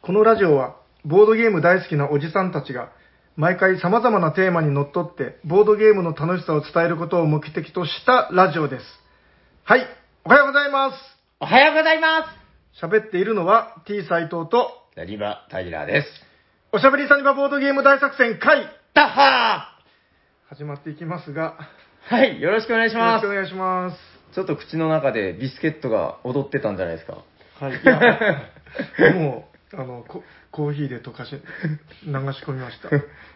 このラジオは、ボードゲーム大好きなおじさんたちが、毎回様々なテーマにのっとって、ボードゲームの楽しさを伝えることを目的としたラジオです。はい、おはようございま。おはようございます喋っているのは T 斎藤と、すラリバ・タイラーです。おしゃべりサニバボードゲーム大作戦会、タッハ始まっていきますが、ーはい、よろしくお願いしよろましくおす。願いします。ちょっと口の中でビスケットが踊ってたんじゃないですか。 はい、いやもう、あの、ココーヒーで溶かし、流し込みました。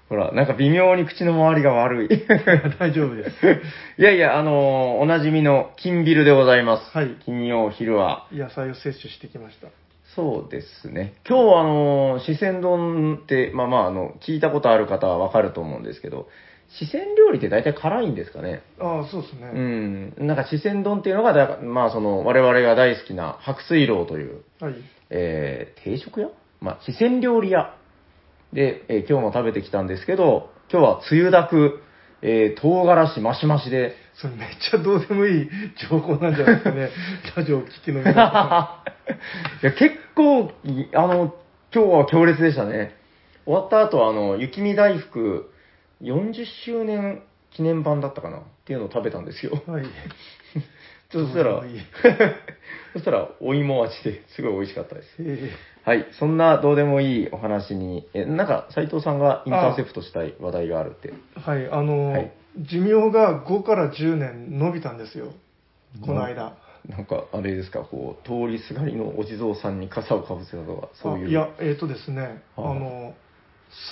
ほら、なんか微妙に口の周りが悪 い。大丈夫です。いやいや、あのーおなじみの金ビルでございます。はい金曜昼は。野菜を摂取してきました。そうですね。今日はあのー四川丼って、まあまあ、あの、聞いたことある方はわかると思うんですけど、四川料理って大体辛いんですかね。ああ、そうですね。うん。なんか四川丼っていうのが、だまあその、我々が大好きな白水楼という、はい。えー定食屋まあ、四川料理屋で、えー今日も食べてきたんですけど、今日はつゆだく、えー唐辛子マシマシで、それめっちゃどうでもいい情報なんじゃないですか ね。ラジオを聞きの皆いさん。や結構、いあの、今日は強烈でしたね。終わった後は、あの、雪見大福40周年記念版だったかなっていうのを食べたんですよ。はい。どうそしたらでもいい、 そしたら、お芋味ですごい美味しかったです。えはい、そんなどうでもいいお話に、えなんか斉藤さんがインターセプトしたい話題があるって。ーはい、あのー、はい寿命が5から10年伸びたんですよ。この間。なんかあれですか、こう、通りすがりのお地蔵さんに傘をかぶせたとか、そういう。あや、えっ、とですね、あはあの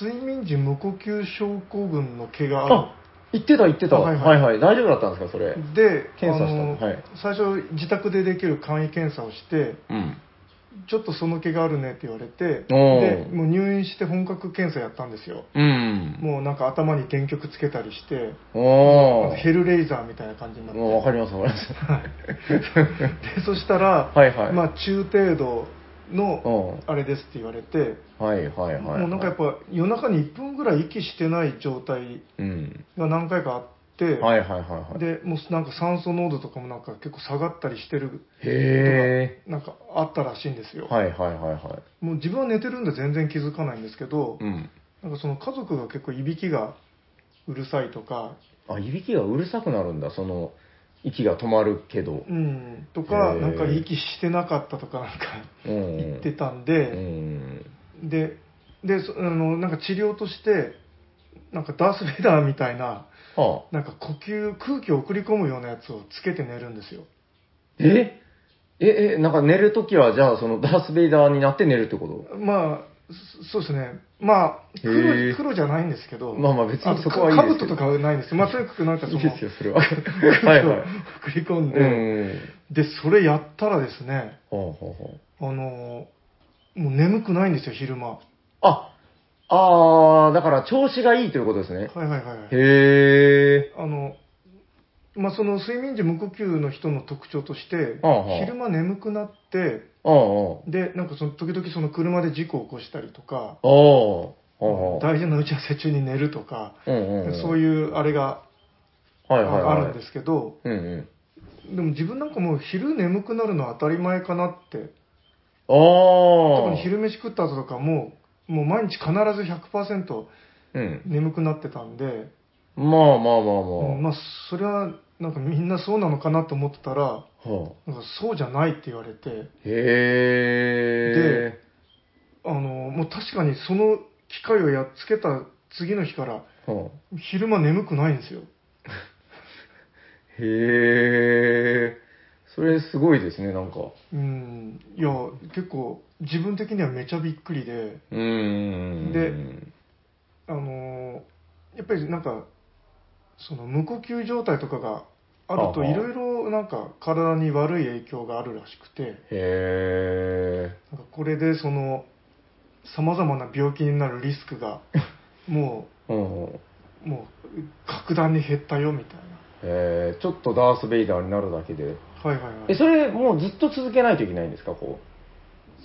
ー、睡眠時無呼吸症候群の毛がある。あ、言ってた言ってた。あははいいは、はいい大丈夫だったんですか、それ。で、検あ査したののーはい最初自宅でできる簡易検査をして、うん。ちょっとその毛があるねって言われて、おでーもう入院して本格検査やったんですよ。うん。もうなんか頭に電極つけたりして、おー。ヘルレイザーみたいな感じになって、もうわかりますわかります。 でそしたら、はいはいまあ、中程度のおあれですって言われて、はいはいはい。もうなんかやっぱ夜中に1分ぐらい息してない状態うん。が何回かあって、はいはいはいはい。でもうなんか酸素濃度とかもなんか結構下がったりしてるへなんかあったらしいんですよ、ー。はいはいはいはい。もう自分は寝てるんで全然気づかないんですけど、うん。なんかその家族が結構いびきがうるさいとか、あ、いびきがうるさくなるんだ、その、息が止まるけど。うん、とへかーなんか息してなかったとかなんかうんうん。言ってたんうで、ん。ででそあのなんか治療としてなんかダース・ベイダーみたいなはあ。なんか呼吸空気を送り込むようなやつをつけて寝るんですよええ、え、なんか寝るときは、じゃあ、その、ダース・ベイダーになって寝るってことまあそそうですねまあへー黒黒じゃないんですけどまあまあ別にのそこはいいですけか兜とどかはないんですまあとにかくなんかそいのいですよ、そ れは。はいはい。空気を送り込んで、うんうん。でそれやったらですねはあはあのもう眠くないんですよ昼間はあはあ。あ、あー、だから調子がいいということですね。いはいはいはいへあの、まあ、その睡眠時無呼吸の人の特徴としてああはあ、昼間眠くなって、ー。ああ。で、なんかその時々その車で事故を起こしたりとか、ああ。ああ。大事な打ち合わせ中に寝るとか、うんうん。そういう、いうあれがはいはいはい。あるんですけど、うんうん。でも自分なんかもう昼眠くなるのは当たり前かなって、特ああ。に昼飯食った後とかも、もう毎日必ず100%うん。眠くなってたんで、まあまあまあうんままあ、それはなんかみんなそうなのかなと思ってたら、あ。はあ。なんかそうじゃないって言われて、へえ。あのもう確かにその機械をやっつけた次の日からはあ昼間眠くないんですよへえ。それすごいですね、なんか。うんいや結構自分的にはめちゃびっくりでうーん。であのやっぱりなんかその無呼吸状態とかがあるはあとはいろいろなんか体に悪い影響があるらしくてへえ。なんかこれでそのさまざまな病気になるリスク がもうん。へうもう格段に減ったよみたいえ。ちょっとダース・ベイダーになるだけで。なはいはいはいえ、それもうずっと続けないといけないんですか、こ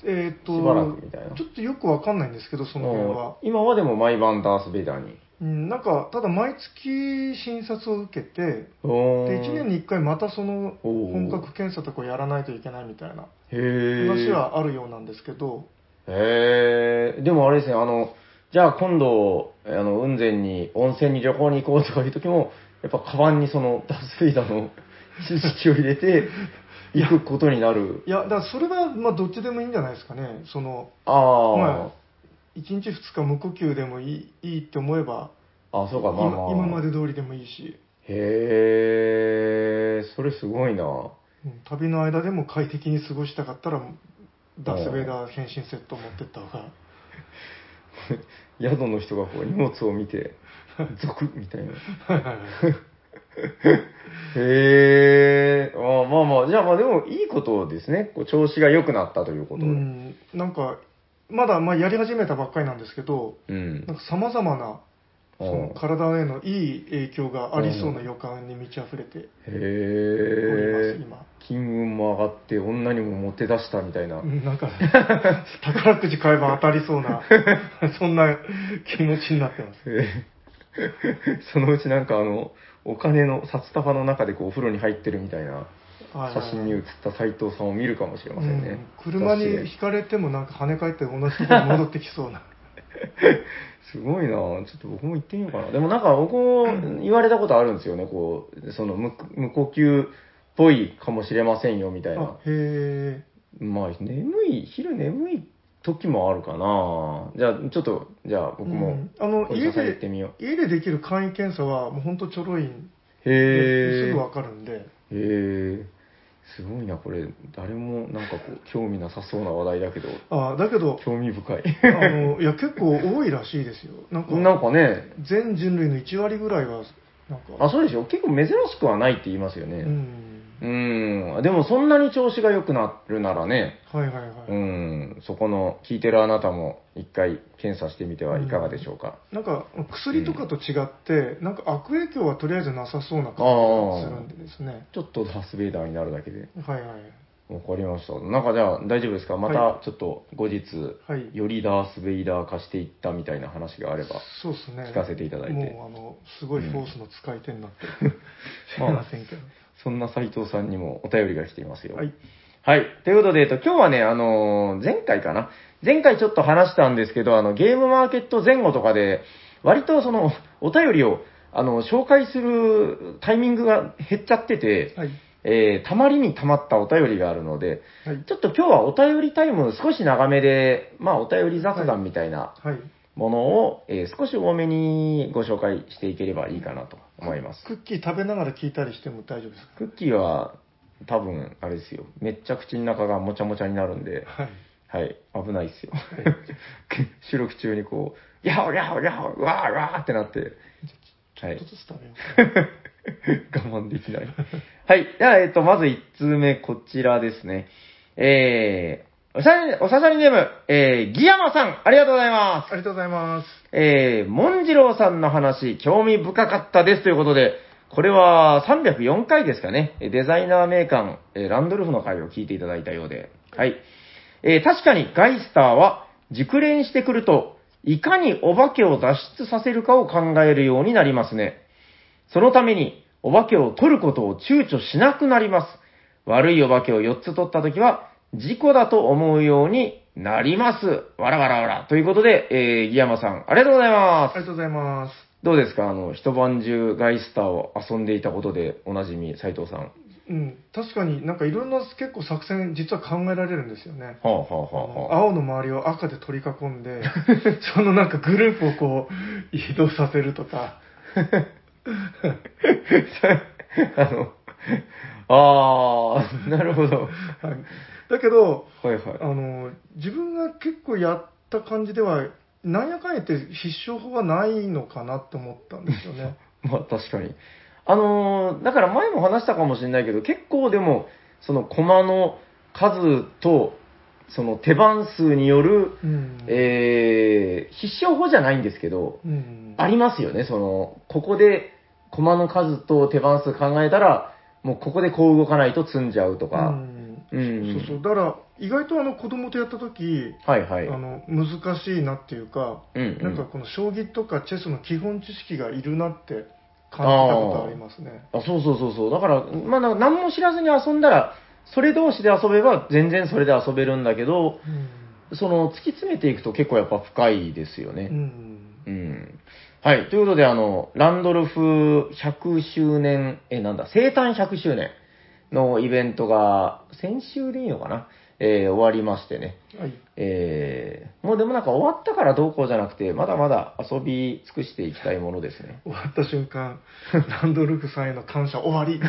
えー、としばらくみたいなちょっとよくわかんないんですけど、う。その辺は。うん今はでも毎晩ダース・ベイダーに。うん、なんか、ただ毎月診察を受けて、おで1年に。に1回またそのおー本格検査とかをやらないといけないみたいなへえ。話はあるようなんですけど、へへえ、でもあれですね、あの、じゃあ今度、あの、雲仙に、温泉に旅行に行こうとかいう時も、やっぱカバンにその、ダース・ベイダ ーの知識を入れて、行くことになる。いや、だからそれは、まあ、どっちでもいいんじゃないですかね。その、あまあ、1日2日無呼吸でもいいいいって思えば、あ、あ、そうか、まあまあ。今今まで通りでもいいし、へえ、それすごいな。うん旅の間でも快適に過ごしたかったら、ダース・ベイダー変身セット持ってった方が、宿の人がこう荷物を見て、ゾクッみたいな。はい はいはいへえ、あまあまあ、じゃあまあでもいいことですね。こう調子が良くなったということうで。。ん、なんか、まだ、まあ、やり始めたばっかりなんですけど、うんなんか様々な、そのあ体へのいい影響がありそうな予感に満ち溢れてへおります、今。え。金運も上がって女にもモテ出したみたいな。うんなんか、 宝くじ買えば当たりそうな、 そんな気持ちになってます。へえ そのうちなんかあの、お金の札束の中でこうお風呂に入ってるみたいなはい写真に写った斎藤さんを見るかもしれませんね。うん車に雑誌でひかれてもなんか跳ね返って同じところに戻ってきそうな。すごいなぁちょっと僕も行ってみようかな。でもなんか僕も言われたことあるんですよね、こう、その無無呼吸っぽいかもしれませんよみたいあな。へまあ、眠い、昼眠い時もあるかなぁじゃあ、ちょっと、じゃあえ。僕も、うんあの、お医家者さん行ってで、みよ家でできる簡易検査はもうほんとちょろいんう。で、へすえぐ。わかるんで。へえ。すごいな、これ。誰もなんかこう、興味なさそうな話題だけど、、あだけど興味深い。あの、いや結構多いらしいですよ。 なんか、なんかね、全人類の1割ぐらいは、なんか、あ、そうでしょ結構珍しくはないって言いますよね。うん。うん、でもそんなに調子が良くなるならね、はいはいはい。うん、そこの聞いてるあなたも一回検査してみてはいかがでしょうか。なんか薬とかと違って、なんか悪影響はとりあえずなさそうな感じがするんでですね。ちょっとダース・ベイダーになるだけで。はいはい。わかりました。なんかじゃあ大丈夫ですかまはたちょっと後日、はい。よりダース・ベイダー化していったみたいな話があれば。そうですね。聞かせていただいてもう、あの、すごいフォースの使い手になってる。知 まりあませんけど。そんな斉藤さんにもお便りが来ていますよ。はい。はい。ということで、えっと、今日はね、あのー前回かな。前回ちょっと話したんですけど、あの、ゲームマーケット前後とかで、割とその、お便りを、あの、紹介するタイミングが減っちゃってて、はい。えー、たまりにたまったお便りがあるので、はい。ちょっと今日はお便りタイム少し長めで、まあ、お便り雑談みたいなはい。ものを、えー少し多めにご紹介していければいいかなと思います。クッキー食べながら聞いたりしても大丈夫ですクッキーは、多分、あれですよ。めっちゃ口の中がもちゃもちゃになるんで、かはい。はい、危ないっすよ。収録中にこう、やほやほやほ、うわーうわーってなって、はちょっい と、ずつ食べよ我慢できない。はい、じゃあ、えっと、まず1通目、こちらですね。えー、おしゃれ、おささりネーム、えー、ギヤマさん、ありがとうございまう。ありがとうございます。す。えー、モンジローさんの話、興味深かったですということで、これは304回ですかね。えデザイナー名鑑、えーランドルフの回を聞いていただいたようで。はい。えー確かにガイスターは熟練してくると、いかにお化けを脱出させるかを考えるようになりますね。そのために、お化けを取ることを躊躇しなくなります。悪いお化けを4つ取ったときは、事故だと思うようになります。わらわらわら。ということで、えー、ギヤマさん、ありがとうございまありす。がとうございます。どうですかあの、一晩中ガイスターを遊んでいたことでおなじみ、斉藤さん。はうん。確かになんかいろんな結構作戦実は考えられるんですよね。あ、はあはあはあ、青の周りを赤で取り囲んで、 そのなんかグループをこ う、移動させるとか、 あの、あー、なるほど。はいだけど、はいはい。あの、自分が結構やった感じでは、なんやかんや言って必勝法はないのかなって思ったんですよ ね。まあ確かに。あのーだから前も話したかもしれないけど、結構でも、その駒の数と、その手番数による、うん。えー、必勝法じゃないんですけど、うん、ありますよね、その、ここで駒の数と手番数考えたら、もうここでこう動かないと詰んじゃうとうか。んうん。そうそう。だから、意外とあの子供とやった時、はいはい。あの、難しいなっていうか、うんうんなんかこの将棋とかチェスの基本知識がいるなって感じたことありますね。あそうそうそうそう。だから、まあ、なんか何も知らずに遊んだら、それ同士で遊べば全然それで遊べるんだけど、うんその突き詰めていくと結構やっぱ深いですよね。うん。うんはい。ということで、あの、ランドルフ100周年、え、なんだ、生誕100周年のイベントが、先週でいいのかなえー終わりましてね。はい。えーもうでもなんか終わったからどうこうじゃなくて、まだまだ遊び尽くしていきたいものですね。終わった瞬 間、ランドルフさんへの感謝終わり。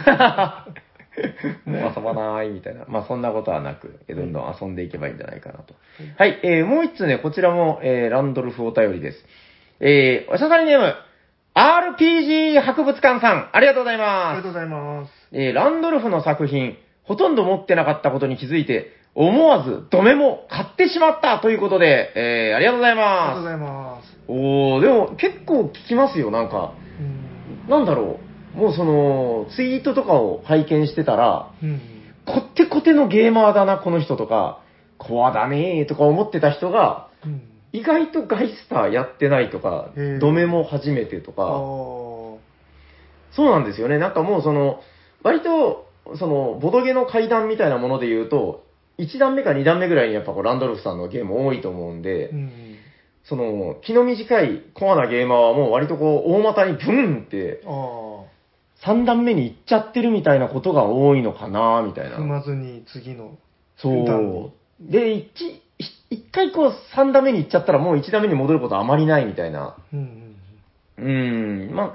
もう遊ばないみたいな。まあそんなことはなく、えどんどん遊んでいけばいいんじゃないかなと。はい、えーもう一つね、こちらも、えーランドルフお便りです。えーおしゃさりネーム、RPG 博物館さん、ありがとうございありまがとうございます。す。えーランドルフの作品、ほとんど持ってなかったことに気づいて、思わずドメも買ってしまったということで、えーありがとうございありがとうごまざいます。す。おー、でも結構聞きますよ、なんか。うん。なんだろう。もうその、ツイートとかを拝見してたら、うん。こってこてのゲーマーだな、この人とか、コアだねーとか思ってた人が、うん。意外とガイスターやってないとかへー、ドメも初めてとあか、ーそうなんですよね。なんかもうその、割と、その、ボドゲの階段みたいなもので言うと、1段目か2段目ぐらいにやっぱこうランドルフさんのゲーム多いと思うんでう、ん。その、気の短いコアなゲーマーはもう割とこう、大股にブンって、あ3段目に行っちゃってるみたいなことが多いのかなみたいあ。な。踏まずに次の。段にそう。で、一、一回こう3打目に行っちゃったらもう1打目に戻ることあまりないみたいな。うん。うん。まあ、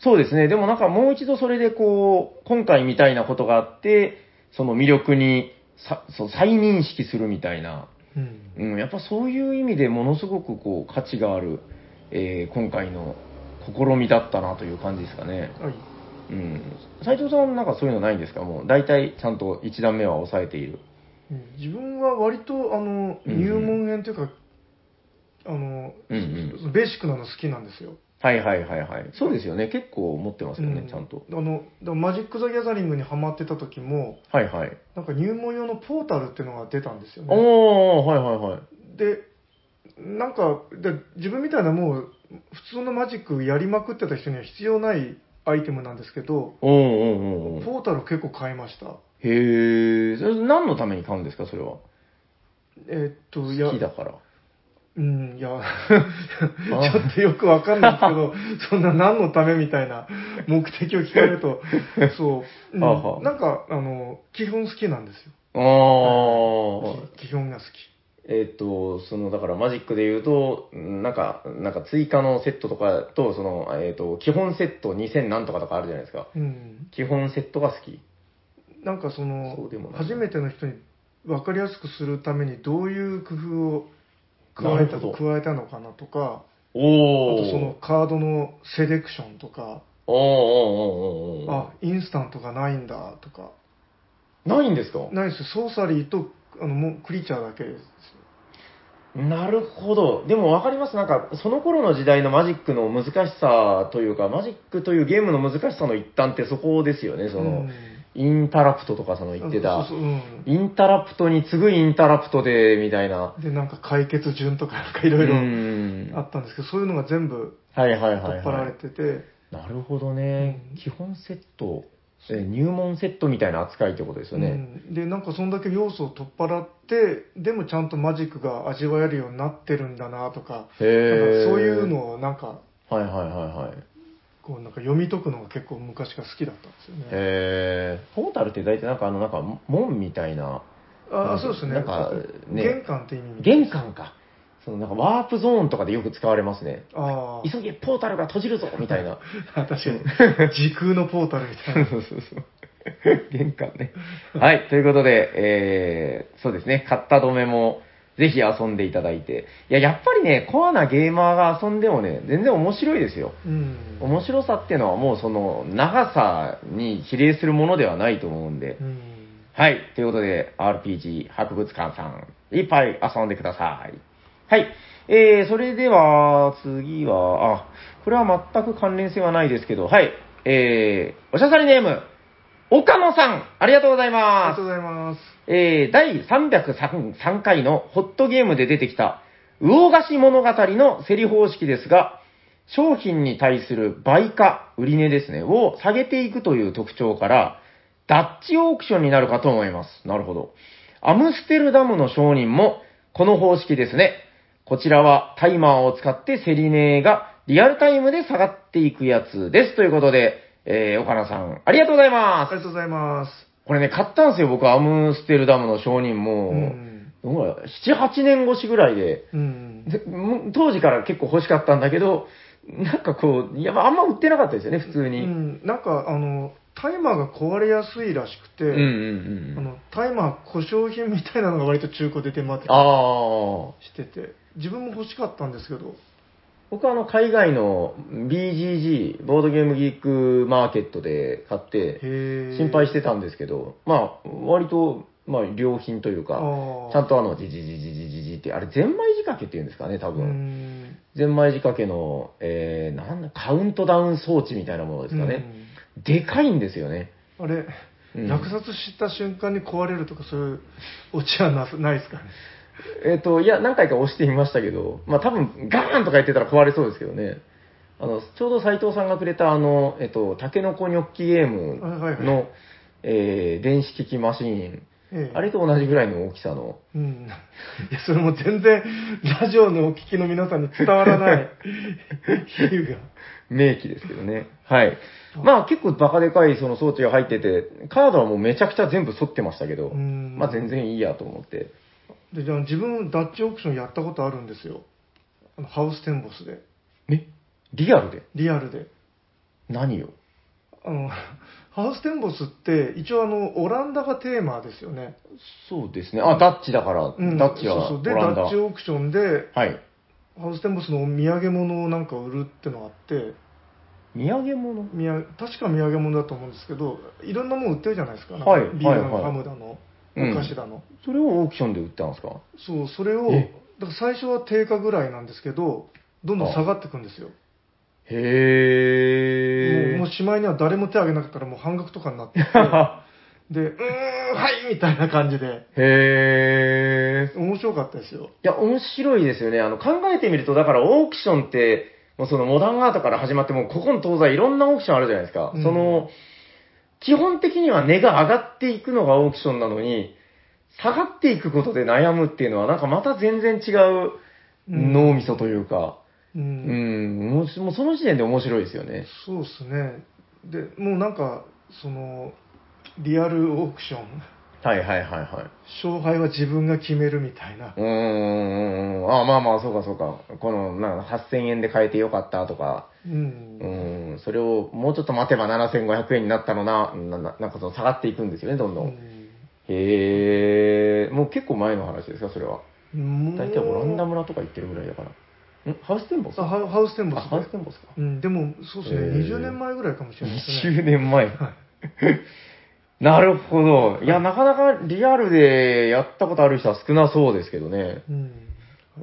そうですね。でもなんかもう一度それでこう、今回みたいなことがあって、その魅力にさそう再認識するみたいな。うん。うん。うん。やっぱそういう意味でものすごくこう、価値がある、えー今回の試みだったなという感じですかね。はい。うん。斉藤さんなんかそういうのないんですかもう、大体ちゃんと1段目は抑えている。うん自分は割と、あの、うん入門編というか、あの、うんうん。ベーシックなの好きなんですよ。はいはいはいはい。そうですよね。結構持ってますよね、うんちゃんと。あの、でもマジック・ザ・ギャザリングにハマってた時も、はいはい。なんか入門用のポータルっていうのが出たんですよね。おー、はいはいはい。で、なんか、で自分みたいなもう、普通のマジックやりまくってた人には必要ないアイテムなんですけど、おーおーおーおーポータル結構買いました。へー。それ何のために買うんですか、それは。えーっと、いや好き、だから。うん、いや、 ちょっとよくわかんないんですけど、そんな何のためみたいな目的を聞かれると、 そう、あはうん、なんか、あの、基本好きなんですよ。あー。基本が好き。えっと、その、だからマジックで言うと、んなんか、なんか追加のセットとかと、その、えっと、基本セット2000何とかとかあるじゃないですか。うん。基本セットが好き。なんかその、そうでもない初めての人に分かりやすくするためにどういう工夫をな加えるたほど加えたのかなとか、あおー。とその、カードのセレクションとか、おーおーおーおーおーあ、インスタントがないんだとか、ないんですかないですソーサリーとあのもうクリーチャーだけです。なるほど。でも分かります。なんか、その頃の時代のマジックの難しさというか、マジックというゲームの難しさの一端ってそこですよね。その、インタラプトとかその言ってあたそ、うそう、うんインタラプトに次ぐインタラプトで、みたいな。で、なんか解決順とかなんかいろういろん。あはったんですけど、そういうのが全部いはいはい、取っ払わはれい。てて、なるほどねうん。基本セット、えー入門セットみたいな扱いってことですよね。うんで、なんかそんだけ要素を取っ払って、でもちゃんとマジックが味わえるようになってるんだなとか、へなんかえ。そういう。のをなんか、はいはいはいはい。こうなんか読み解くのが結構昔から好きだったんですよね。へえ。ポータルって大体なんかあの、なんか門みたいな。ああ、そうですね。なんかね玄関って意味玄関か。そのなんかワープゾーンとかでよく使われますね。ああ、急げ、ポータルが閉じるぞみたいな。 確かに。時空のポータルみたいな。そうそう。玄関ね。はい、ということで、えー、そうですね、買った止めも、ぜひ遊んでいただいて。いや、やっぱりね、コアなゲーマーが遊んでもね、全然面白いですよ。うん。面白さっていうのはもうその、長さに比例するものではないと思うんで。うん。はい。ということで、RPG 博物館さん、いっぱい遊んでください。はい。えー、それでは、次は、あ、これは全く関連性はないですけど、はい。えー、おしゃさりネーム、岡野さん、ありがとうございありまがとすう。ございます。えー、第303回のホットゲームで出てきた、魚菓子物語の競り方式ですが、商品に対する売価、売値ですね、を下げていくという特徴から、ダッチオークションになるかと思います。なるほど。アムステルダムの商人も、この方式ですね。こちらはタイマーを使ってセリネがリアルタイムで下がっていくやつです。ということで、えー、岡野さん、ありがとうございあります。がとうございます。これね、買ったんですよ、僕、アムステルダムの商人もう、ん。どうだ7、8年越しぐらいで、うん。でもう当時から結構欲しかったんだけど、なんかこう、いや、まああんま売ってなかったですよね、普通うに。うん、ん、なんか、あの、タイマーが壊れやすいらしくて、うん、うあん。のタイマー故障品みたいなのが割と中古で出回ってたりああ。してて自分も欲しかったんですけど僕はあの、海外の BGG、ボードゲームギークマーケットで買って、へえ心配しててたんですけど、まあ、割と、まあ、良品というたか、ちゃんとあの、じじじじじじじって、あれ、ゼンマイ仕掛けっていうんですかね、多うー分。んゼンマイ仕掛けの、えー、なんだ、カウントダウン装置みたいなものですかね。でかいんですよね。うんあれ、うん落札した瞬間に壊れるとかそういうオチはなないですかねえっ、と、いや、何回か押してみましたけど、まあ多分、ガーンとか言ってたら壊れそうですけどね。あの、ちょうど斎藤さんがくれた、あの、えっ、と、タケノコニョッキゲームの、はいはいえー電子機器マシーン。ええあれと同じぐらいの大きさの。うん、いやそれも全然ラジオのお聞きの皆さんに伝わらない比喩が名機ですけどね。はい。まあ結構バカでかいその装置が入ってて、カードはもうめちゃくちゃ全部反ってましたけど、うんまあ全然いいやと思って。でじゃあ自分ダッチオークションやったことあるんですよあのハウステンボスでえリアルでリアルで何をあの、ハウステンボスって、一応あの、オランダがテーマですよね。そうですね。あ、ダッチだから、うんダッチはそうそう。オで、ランダ。ダッチオークションで、はい。ハウステンボスのお土産物をなんか売るってのがあって、土産物みや確か土産物だと思うんですけど、いろんなもの売ってるじゃないですか。はいなんかビールだはいはの、いハムだの、うんお菓子だの。それをオークションで売ったんですかそう、それを、だえから最初は定価ぐらいなんですけど、どんどん下がっていくんですよ。へえ。もう、もうしまいには誰も手挙げなかったらもう半額とかに なってて、で、うーん、はいみたいな感じで、 へえ。面白かったですよ。いや、面白いですよね。あの、考えてみると、だからオークションって、もうそのモダンアートから始まって、もうここの東西いろんなオークションあるじゃないですか。うんその、基本的には値が上がっていくのがオークションなのに、下がっていくことで悩むっていうのは、なんかまた全然違ううん脳みそというか、ううんん、もうもうその時点で面白いですよね。そうですね。で、もうなんか、その、リアルオークション、はいはいはいはい。勝敗は自分が決めるみたいなう。ーん。あまあまあ、そうかそうか。この、なんか8000円で買えてよかったとか、う。うんーん、それをもうちょっと待てば7500円になったのな、な、ななんかその下がっていくんですよね、どんどん。へえ、もう結構前の話ですか、それは。うん大体オランダ村とか行ってるぐらいだから。んハウステンボスああ、ハハウステンボスハウステンボスか。うん、でも、そうですね、へー20年前ぐらいかもしれないですね。 20年前。はなるほど。いや、なかなかリアルでやったことある人は少なそうですけどね。いうん。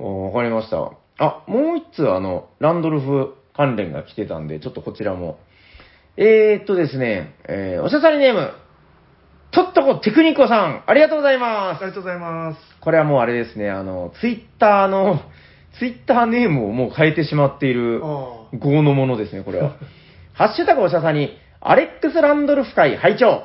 おわかりました。あ、もう一つ、あの、ランドルフ関連が来てたんで、ちょっとこちらも。えー、っとですね、えー、おしゃさりネーム、とっとこテクニコさん、ありがとうございあまりがとうございます。す。これはもうあれですね、あの、ツイッターの、ツイッターネームをもう変えてしまっている、ああ。業のものですね、これは。ハッシュタグおしゃさに、アレックス・ランドルフ会拝聴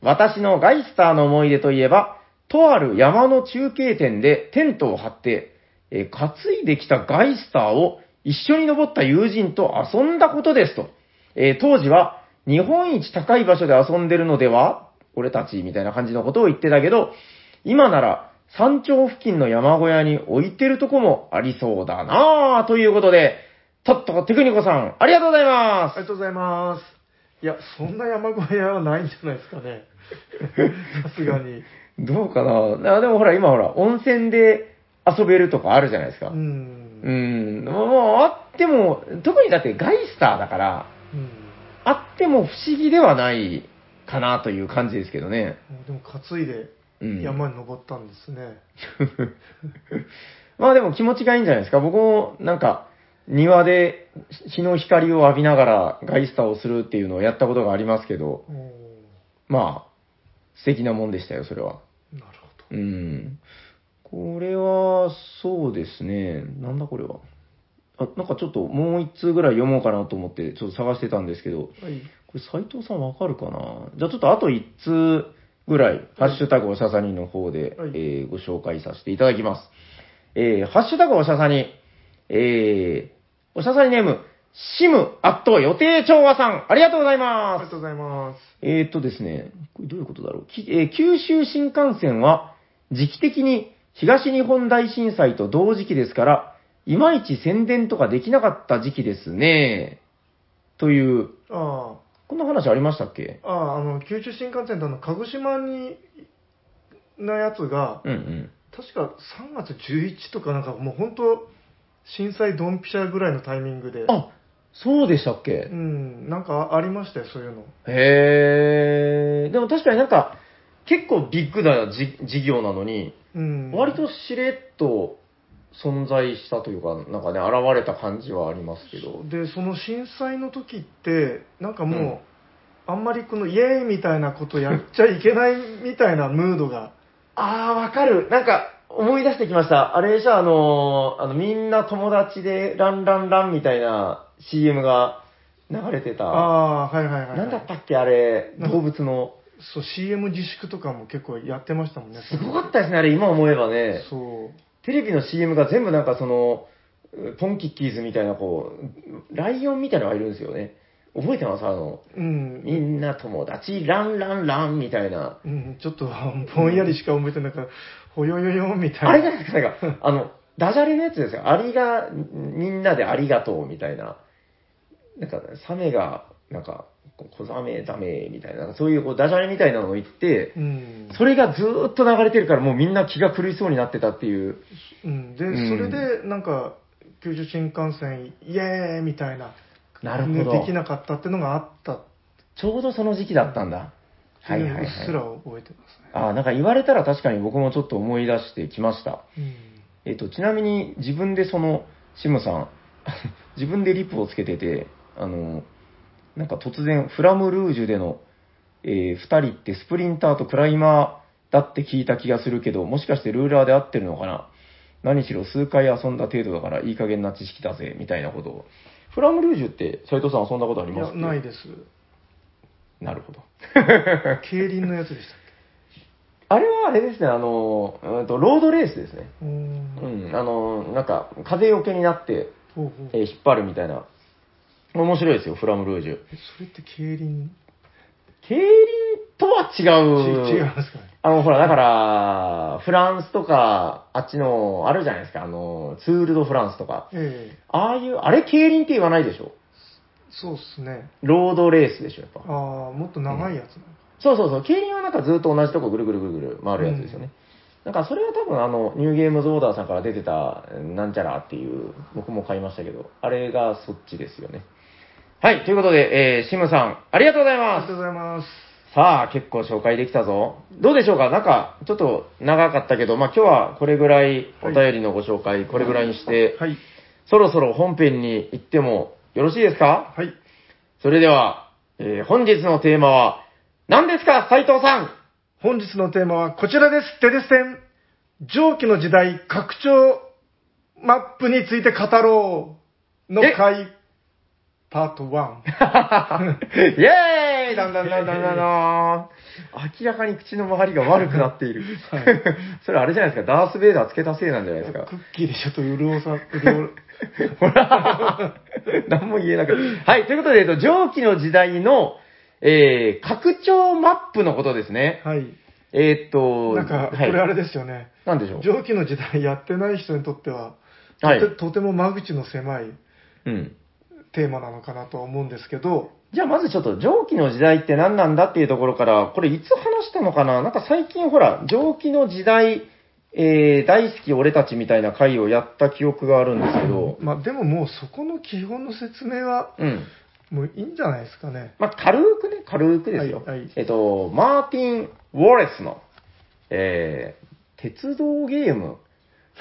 私のガイスターの思い出といえば、とある山の中継点でテントを張って、えー担いできたガイスターを一緒に登った友人と遊んだことですと。えー当時は、日本一高い場所で遊んでるのでは俺たちみたいな感じのことを言ってたけど、今なら山頂付近の山小屋に置いてるとこもありそうだなぁということで、とっとこテクニコさん、ありがとうございまありがとうございます。いや、そんな山小屋はないんじゃないですか ね。さすがに。す。どうかなあでもほら、今ほら、温泉で遊べるとかあるじゃないですか。ううん、ん。もうもうあっても、特にだってガイスターだから、うん。あっても不思議ではないかなという感じですけどね。でも担いでうん山に登ったんですね。まあでも気持ちがいいんじゃないですか。僕もなんか庭で日の光を浴びながらガイスターをするっていうのをやったことがありますけど、おーまあ素敵なもんでしたよ、それは。なるほど。うん。これは、そうですね。なんだこれは。あ、なんかちょっともう一通ぐらい読もうかなと思ってちょっと探してたんですけど、はい。これ斉藤さんわかるかなじゃあちょっとあと一通ぐらい、ハッシュタグおささにの方で、はいえーご紹介させていただきます。えー、ハッシュタグおしゃさに、えー、おしゃさにネーム、シム、アット予定調和さん、ありがとうございあまりが。すとうございます。えーっとですね、これどういうことだろう。きえー九州新幹線は時期的に東日本大震災と同時期ですから、いまいち宣伝とかできなかった時期ですね。という、あこんな話ありましたっけあ、ああ、あの、九州新幹線ってあの、鹿児島に、なやつが、うんうん。確か3月11とかなんかもう本当震災ドンピシャぐらいのタイミングで。あ、そうでしたっけうん、なんかありましたよ、そういうの。へえ。でも確かになんか、結構ビッグなじ事業なのに、うん。割としれっと存在したというか、なんかね、現れた感じはありますけど。でその震災の時ってなんかもう、あんまりこのイエーイみたいなことやっちゃいけないみたいなムードがあー、わかる。なんか、思い出してきました。あれじゃあ、あのーあの、みんな友達で、ランランランみたいな CM が流れてた。ああーはいはいはい、はい、なんだったっけ、あれ、動物の。そう CM 自粛とかも結構やってましたもんねすごかったですね、あれ、今思えばね。そうテレビの CM が全部なんかその、ポンキッキーズみたいなこう、ライオンみたいなのがいるんですよね。覚えてますあの、うん、みんな友達、ランランランみたいな。うん、ちょっと ぼんやりしか覚えてないからほよよよみたいなあれじゃないですか、なんか、あの、ダジャレのやつですよ。ありが、みんなでありがとうみたいな。なんか、サメが、なんか、こ小ザメ、ザメみたいな、なんかそういうこうダジャレみたいなのを言って、うんそれがずーっと流れてるからもうみんな気が狂いそうになってたっていう。うん、で、うんそれでなんか九州新幹線イエーイみたいななるほどできなかったってのがあったっちょうどその時期だったんだ。ていうのをうっすら覚えてますね、ああ、なんか言われたら確かに僕もちょっと思い出してきました。うんえっと、ちなみに自分でその、シムさん、 自分でリップをつけてて、あの、なんか突然、フラムルージュでの、えー二人ってスプリンターとクライマーだって聞いた気がするけど、もしかしてルーラーで合ってるのかな何しろ数回遊んだ程度だからいい加減な知識だぜ、みたいなことを。フラムルージュって斉藤さん遊んだことありいまや、すっけないです。なるほど。競輪のやつでしたっあれはあれですね、あの、うんと、ロードレースですね。けうーんうん、あの、なんか、風よけになって、ほうほうえー引っ張るみたいな。面白いですよ、フラムルージュ。それって競輪競輪とは違ちう。違いますかねあの、ほら、だから、フランスとか、あっちの、あるじゃないですか、あの、ツール・ド・フランスとか。ええああいう、あれ、競輪って言わないでしょ。そうっすね。ロードレースでしょ、やっぱ。ああ、もっと長いやつなのかそうそうそう、競輪はなんかずっと同じとこぐるぐるぐるぐる回るやつですよね。なんかそれは多分あの、ニューゲームズオーダーさんから出てた、なんちゃらっていう、僕も買いましたけど、あれがそっちですよね。はい、ということで、えー、シムさん、ありがとうございありがまとうす。ございます。さあ、結構紹介できたぞ。どうでしょうかなんか、ちょっと長かったけど、まあ今日はこれぐらい、お便りのご紹介、これぐらいにして、はい。そろそろ本編に行ってもよろしいですかはい。それでは、えー本日のテーマは、何ですか、斉藤さん本日のテーマはこちらです。テレステン。蒸気の時代拡張マップについて語ろうの回パート1。 イェーイだんだんだんだんだんだん明らかに口の周りが悪くなっている。 それあれじゃないですか、ダース・ベイダーつけたせいなんじゃない ですかク。ッキーでちょっと潤さ、潤、 ほら、何も言えなくてはい、ということで、えっと、蒸気の時代の、えー、拡張マップのことですね。はい。えーっと、なんか、こはいれあれですよね。なんでしょう。蒸気の時代やってない人にとっては、はいとてとても間口の狭いうん。テーマなのかなとは思うんですけど、じゃあまずちょっと蒸気の時代って何なんだっていうところから、これいつ話したのかななんか最近ほら、蒸気の時代、えー、大好き俺たちみたいな回をやった記憶があるんですけど、まあでももうそこの基本の説明はうん。もういいんじゃないですかね。まあ、軽くね、軽くですよ。はいはいえっと、マーティン・ウォレスの、えー、鉄道ゲーム、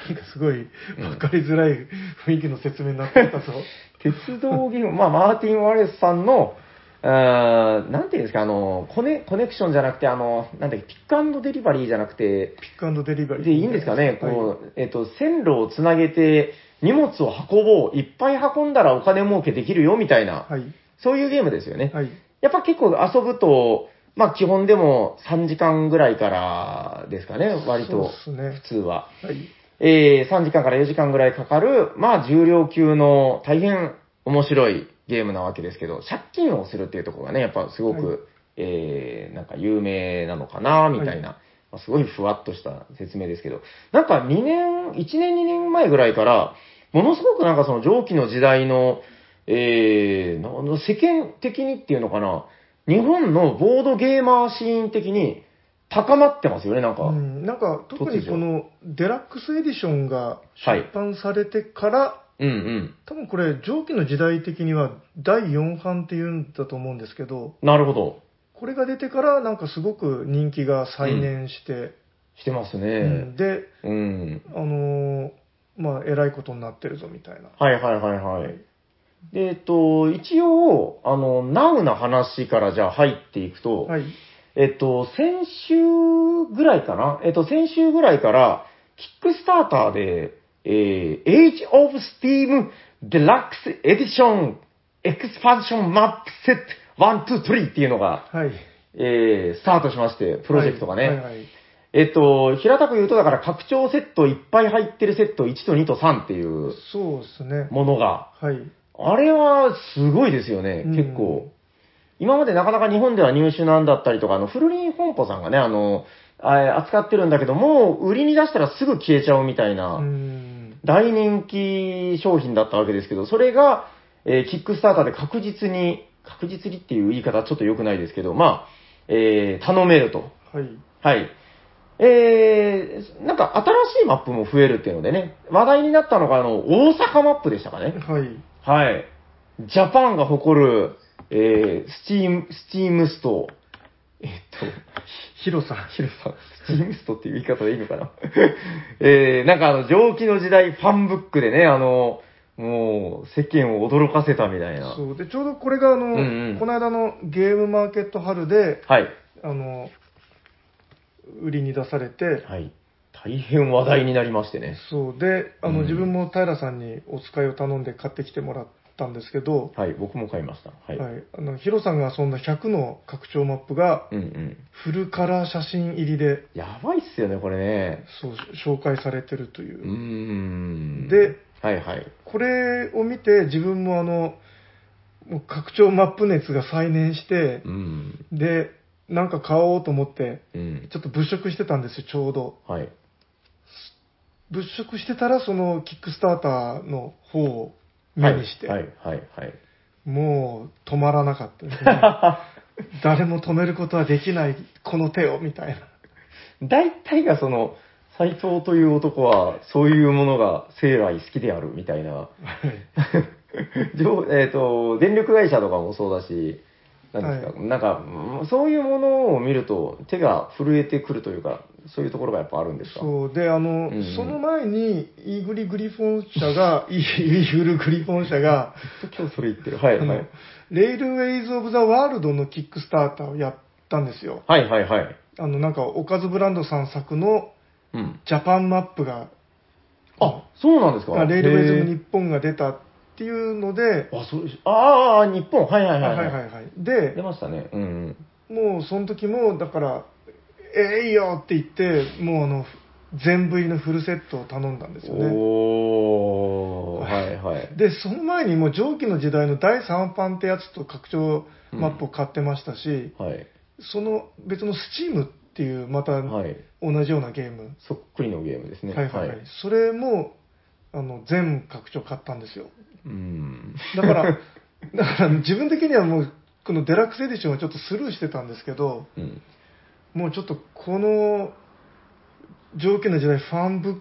なんかすごい分かりづらい雰囲気の説明になってたぞ。鉄道ゲー ム、まあ、マーティン・ワレスさんの、あーなんていうんですか、あの、コネ、コネクションじゃなくて、あの、なんだっけ、ピックアンドデリバリーじゃなくて、ピックアンドデリバリー。で、いいんですかね、はいこう、えっと、線路をつなげて、荷物を運ぼう、いっぱい運んだらお金儲けできるよ、みたいな、はい。そういうゲームですよね。はい。やっぱ結構遊ぶと、まあ基本でも3時間ぐらいからですかね、割と、そうですね。普通は。はい。えー、3時間から4時間ぐらいかかる、まあ、重量級の大変面白いゲームなわけですけど、借金をするっていうところがね、やっぱすごく、はいえー、なんか有名なのかな、みたいな、まあすごいふわっとした説明ですけど、なんか2年、1年2年前ぐらいから、ものすごくなんかその蒸気の時代の、えー、な世間的にっていうのかな、日本のボードゲーマーシーン的に高まってますよね、なんか。うん、なんか特にこのデラックスエディションがはい出版されてから、うんうん。多分これ上記の時代的には第4版っていうんだと思うんですけどなるほど。これが出てからなんかすごく人気が再燃して、してますうんね。でうん。あのーまあえらいことになってるぞみたいなはいはいはいはい。で、えっと、一応、あの、ナウな話からじゃあ入っていくと、はいえっと、先週ぐらいかなえっと、先週ぐらいから、キックスターターで、えー、Age of Steam Deluxe Edition Expansion Map Set 123っていうのが、はいえー、スタートしまして、プロジェクトがね。はいはいはいえっと、平たく言うと、だから拡張セットいっぱい入ってるセット1と2と3っていうそうですねものが、はいあれはすごいですよね、うん結構。今までなかなか日本では入手なんだったりとか、あの、フルリン本舗さんがね、あの、あ扱ってるんだけど、もう売りに出したらすぐ消えちゃうみたいな、うん大人気商品だったわけですけど、それが、えーキックスターターで確実に、確実にっていう言い方はちょっと良くないですけど、まあ、えー頼めると。はいはい。えー、なんか新しいマップも増えるっていうのでね、話題になったのが、あの、大阪マップでしたかね。はいはい。ジャパンが誇る、えー、スチーム、スチームスト。えっ広さと、ヒロさん、スチームストっていう言い方でいいのかな えー、なんかあの、蒸気の時代ファンブックでね、あの、もう、世間を驚かせたみたいな。そうでちょうどこれがあの、うんうんこの間のゲームマーケット春ではい。あの売りに出されて、はい。大変話題になりましてね。そうであの、うん自分も平さんにお使いを頼んで買ってきてもらったんですけど、はい、僕も買いました。は。はいあのヒロさんが遊んだ100の拡張マップがうんうん。フルカラー写真入りでやばいっすよね、これね。そう紹介されてるというう、ーん。で、はいはい。これを見て自分もあのもう拡張マップ熱が再燃してう、ん。でなんか買おうと思ってうん。ちょっと物色してたんですよちょうどはい。物色してたらそのキックスターターの方を目にして、はいはいはい。もう止まらなかったです ね誰も止めることはできないこの手をみたいな大体がその、斎藤という男は、そういうものが生来好きであるみた いな。上えっと、電力会社とかもそうだし、なんですか、なんか、うんそういうものを見ると、手が震えてくるというか、そういうところがやっぱあるんですかそうであの、うんうんその前にイーグリ・グリフォン社がイーグル・グリフォン社が今日それ言ってる。はいあはのい。レールウェイズ・オブ・ザ・ワールドのキックスターターをやったんですよはいはいはい。あのなんかおかずブランドさん作のうん。ジャパンマップがあ、そうなんですかレールウェイズ・オブ・へ日ー本が出たっていうのであ、そうです。ああ、日本。はいはいははいい、ははいいはいはい。で出、ましたね。うんうん。もうその時も、だから、ええいいよって言って、もうあの、全部入りのフルセットを頼んだんですよね。おー、はいはい。で、その前にもう蒸気の時代の第3版ってやつと拡張マップを買ってましたし、はい。その別のスチームっていうまた同はい。じようなゲーム。そっくりのゲームですね。はいはいはい。それも、あの、全拡張買ったんですよ。うん。だ から、だから自分的にはもう、このデラックスエディションはちょっとスルーしてたんですけど、うん。もうちょっとこの条件の時代ファンブッ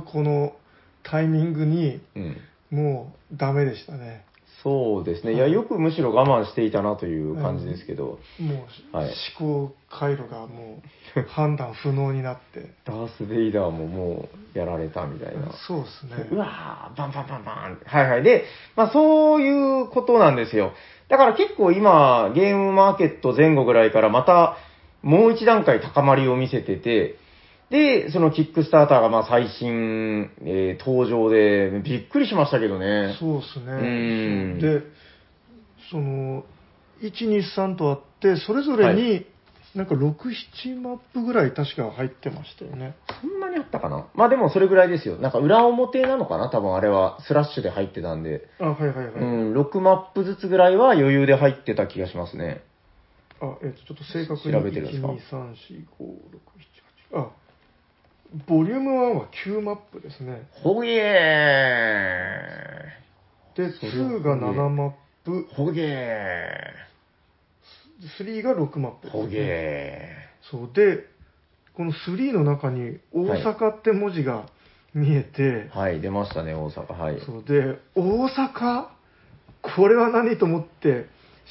クこのタイミングにうん。もうダメでしたねそうですね。いはや、いよくむしろ我慢していたなという感じですけど、もう、はい思考回路がもう判断不能になってダース・ベイダーももうやられたみたいな。そうですねうわー、バンバンバンバン。はいはい。で、まあそういうことなんですよ。だから結構今、ゲームマーケット前後ぐらいからまた、もう一段階高まりを見せてて、で、そのキックスターターがまあ最新、えー登場で、びっくりしましたけどね。そうですねうんでその123とあってそれぞれになんか6、7マップぐらい確か入ってましたよね。そんなにあったかなまあでもそれぐらいですよ。なんか裏表なのかな多分あれは。スラッシュで入ってたんで。あ、はいはいはい。うん、6マップずつぐらいは余裕で入ってた気がしますね。あ、えっ、と、ちょっと正確に。調べてるんですか ?1、2、3、4、5、6、7、8。あ、ボリューム1は9マップですね。ほげーで、それ2が7マップ、ほげー3が6マップですね、ほげそうで、この3の中に大阪って文字が見えて、ーはい、出ましたね、大阪。はい。そうで、大阪これは何と思って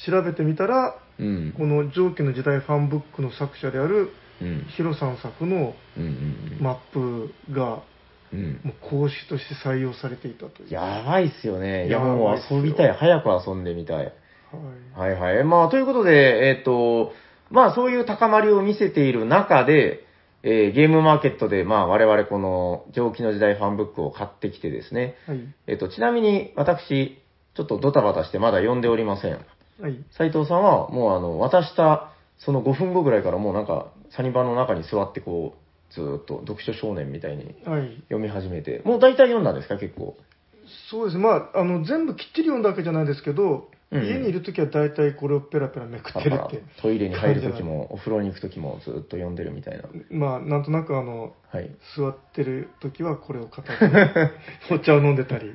調べてみたら、うん。この上記の時代ファンブックの作者であるうん。ヒロさん作のうんうんマップがうん。うん。もう公式として採用されていたという。やばいっすよね。いや、やばいっすよもう遊びたい。早く遊んでみたい。はいはいはい。まあ、ということで、えっ、と、まあ、そういう高まりを見せている中で、えーゲームマーケットで、まあ、我々この上記の時代ファンブックを買ってきてですね、はい。えっ、と、ちなみに私、ちょっとドタバタしてまだ読んでおりません。はい。斉藤さんは、もうあの、渡した、その5分後ぐらいからもうなんか、サニバの中に座ってこう、ずーっと読書少年みたいにはい。読み始めて、もう大体読んだんですか、結構。そうですね。まあ、あの、全部きっちり読んだわけじゃないですけど、うん家にいるときは大体これをペラペラめくっパてラるパラって。トイレに入る ときも、お風呂に行くときもずーっと読んでるみたいな。まあ、なんとなくあの、はい。座ってる時はこれを片手にお茶を飲んでたり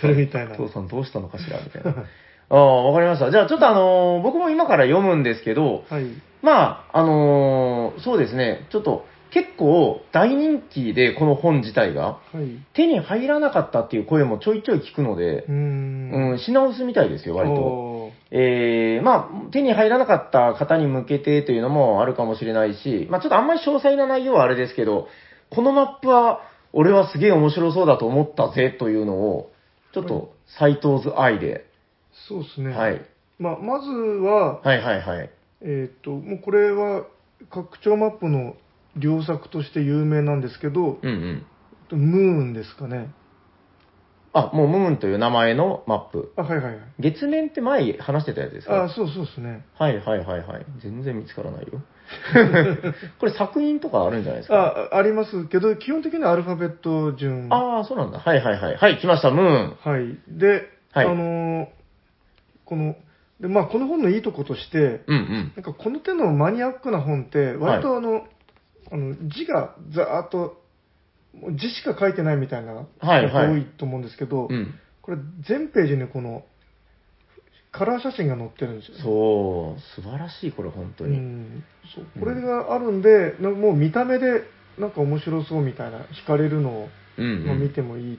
するみたいな。父さんどうしたのかしらみたいな。 はああ、わかりました。じゃあちょっとあのー僕も今から読むんですけど、い。まあ、あのーそうですね、ちょっと結構大人気で、この本自体が。はい。手に入らなかったっていう声もちょいちょい聞くのでうー、ん。うん、品薄みたいですよ、割と。おーえー、まあ、手に入らなかった方に向けてというのもあるかもしれないし、まあ、ちょっとあんまり詳細な内容はあれですけど、このマップは、俺はすげえ面白そうだと思ったぜというのを、ちょっと、斎藤図愛で、そうですね。はい。まあ、まずは、はいはいはい。えっ、と、もうこれは拡張マップの良作として有名なんですけど、うんうん。ムーンですかね。あ、もうムーンという名前のマップ。あ、はいはいはい。月面って前話してたやつですあか、そうそうですね。はいはいはいはい。全然見つか らないよ。これ作品とかあるんじゃないですかあ、あありますけど、基本的にはアルファベット順。はああー、そうなんだ。はいはいはい。はい、来ました、ムーン。い。で、はいあのーこの、で、まあ、この本のいいとことして、うんうん。なんかこの手のマニアックな本って、割とあの、あの字がざーっと、もう字しか書いてないみたいな、はいはい多いと思うんですけど、うん。これ全ページにこの、カラー写真が載ってるんですよ。そう、素晴らしい、これ、本当うに。んそうこれがあるんで、なもう見た目でなんか面白そうみたいな、惹かれるのを、うん、うんまあ見てもいい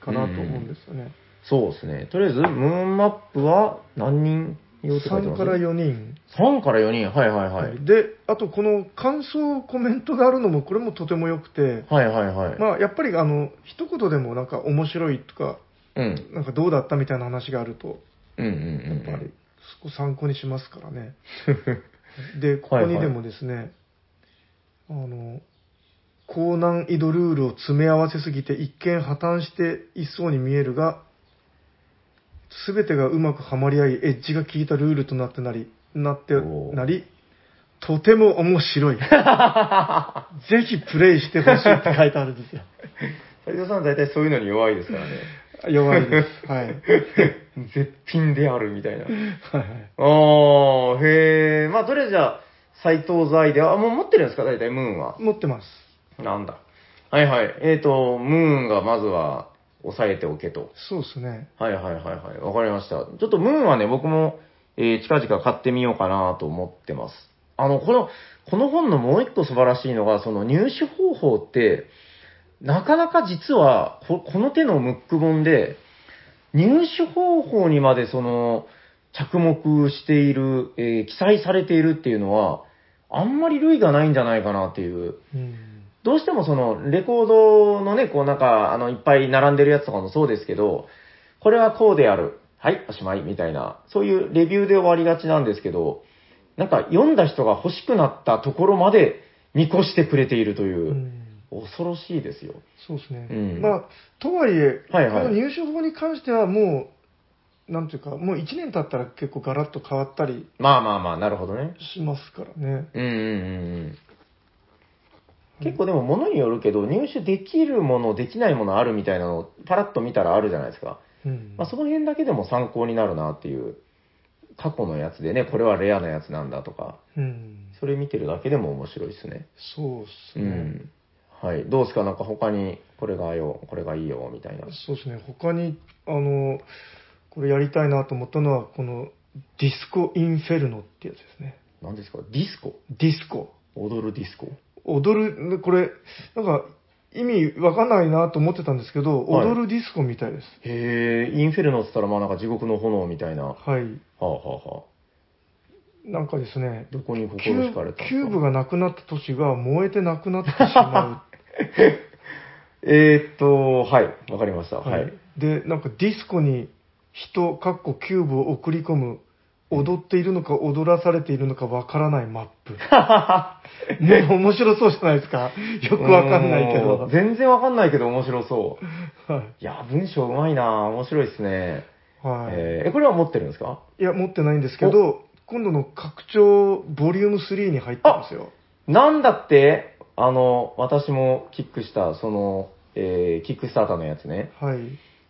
かなと思うんですよね。そうですね。とりあえず、ムーンマップは何人用って書いて3ますから4人。 3から4人。はいはいはい。で、あとこの感想、コメントがあるのも、これもとても良くて、はいはいはい。まあ、やっぱりあの一言でもなんか面白いとか、うん。なんかどうだったみたいな話があると、うんうんやっうんうぱりん。そこ参考にしますから ね。で、ここにでもですね、あの、高難易度ルールを詰め合わせすぎて一見破綻していそうに見えるが、すべてがうまくはまり合い、エッジが効いたルールとなってなり、なっておーなり、とても面白 い。ぜひプレイしてほしいって書いてあるんですよ。斉藤さん、大体そういうのに弱いですからね。弱いです。はい。はい絶品であるみたいな。はい。ああ、へえ。まあ、とりあえずじゃあ、斎藤財で、あ、もう持ってるんですか、大体、ムーンは。持ってます。なんだ。はいはい。えっ、ー、と、ムーンがまずは、押さえておけと。そうですね。はいはいはいはい。わかりました。ちょっとムーンはね、僕も、えー近々買ってみようかなと思ってます。あの、この、この本のもう一個素晴らしいのが、その入手方法って、なかなか実は、ここの手のムック本で、入手方法にまでその、着目している、えー記載されているっていうのは、あんまり類がないんじゃないかなっていう。うん。どうしてもそのレコードのね、こうなんか、あの、いっぱい並んでるやつとかもそうですけど、これはこうである。はい、おしまい、みたいな。そういうレビューで終わりがちなんですけど、なんか読んだ人が欲しくなったところまで見越してくれているというう、ん恐ろしいですよ。そうですね、うんまあとはいえ、はいはいこの入手法に関してはもなんていうか、もう1年経ったら結構ガラッと変わったりまあまあまあ、なるほどね。しますからね。うんうんうんうん。結構でも物によるけど、入手できるもの、できないものあるみたいなのをパラッと見たらあるじゃないですか。うん。まあ、その辺だけでも参考になるなっていう、過去のやつでね、これはレアなやつなんだとか、うん。それ見てるだけでも面白いですね。そうっすうね。ん。はい。どうですかなんか他に、これがよ、これがいいよ、みたいな。そうですね。他に、あの、これやりたいなと思ったのは、この、ディスコインフェルノってやつですね。何ですかディスコディスコ。踊るディスコ踊る、これ、なんか、意味わかんないなと思ってたんですけど、はい踊るディスコみたいです。へえ、インフェルノって言ったらまあなんか地獄の炎みたいな。ははい。あはあはあ。なんかですね、どこに心キュ惹かれたんですかキューブがなくなった都市が燃えてなくなってしま えーっと、はい、わかりました。う。 はい。で、なんかディスコに人、かっこキューブを送り込む、踊っているのか踊らされているのかわからないマップ。 ね、面白そうじゃないですか。よくわかんないけうどん。全然わかんないけど面白そう。はいや、文章うまいな面白いですね。い。はい。えーえ、これは持ってるんですかいや、持ってないんですけど、今度の拡張ボリューム3に入ったんですよ。なんだって、あの、私もキックした、その、えーキックスターターのやつね。はい。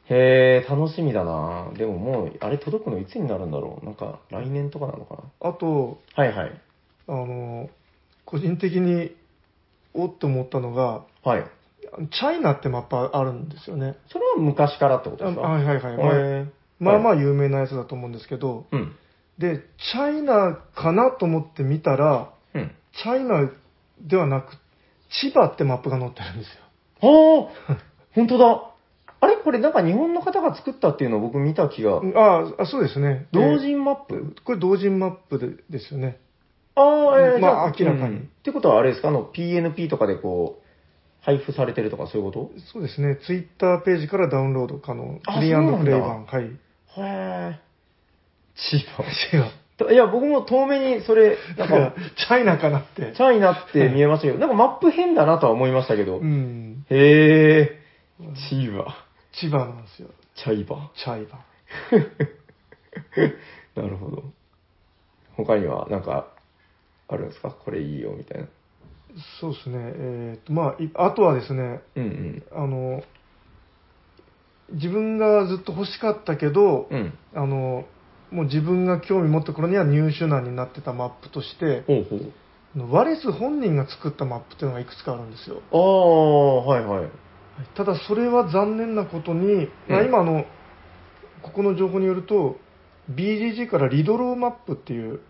へえ、楽しみだなでももう、あれ届くのいつになるんだろうなんか、来年とかなのかなあと、はいはい。あの、個人的に、おっと思ったのが、はい。チャイナってマップあるんですよね。それは昔からってことあですかはいはいはい。まあへまあまあ有名なやつだと思うんですけど、ーうん。で、チャイナかなと思って見たら、うん。チャイナではなく、千葉ってマップが載ってるんですよ。ああ、 本当だ。あれこれなんか日本の方が作ったっていうのを僕見た気が。ああ、そうですね。同え人マップーこれ同人マップでですよね。ああ、えー、まあじゃ明らかにうんってことはあれですかあの PNP とかでこう、配布されてるとかそういうこそうですね、ツイッターページからダウンロード可能。あフリそうなんだープレイ版。はい。違う。とへえ。千葉。といや、僕も遠目にそれ、なん いやか、チャイナかなってチ。ャイナって見えましたけど、なんかマップ変だなとは思いましたけど。うん。へえ。千葉。千葉なんですよ。チャイバ。チャイバ。なるほど。他にはなんか、あるんですかこれいいよみたいな。そうですね。えーと、まあい、あとはですね、うんうん。あの、自分がずっと欲しかったけど、うん。あの、もう自分が興味持った頃には入手難になってたマップとして、ほうほう。あのワレス本人が作ったマップというのがいくつかあるんですよ。ああ、はいはい。ただそれは残念なことに、まあ、うん今あの、ここの情報によると BGG からリドローマップっていう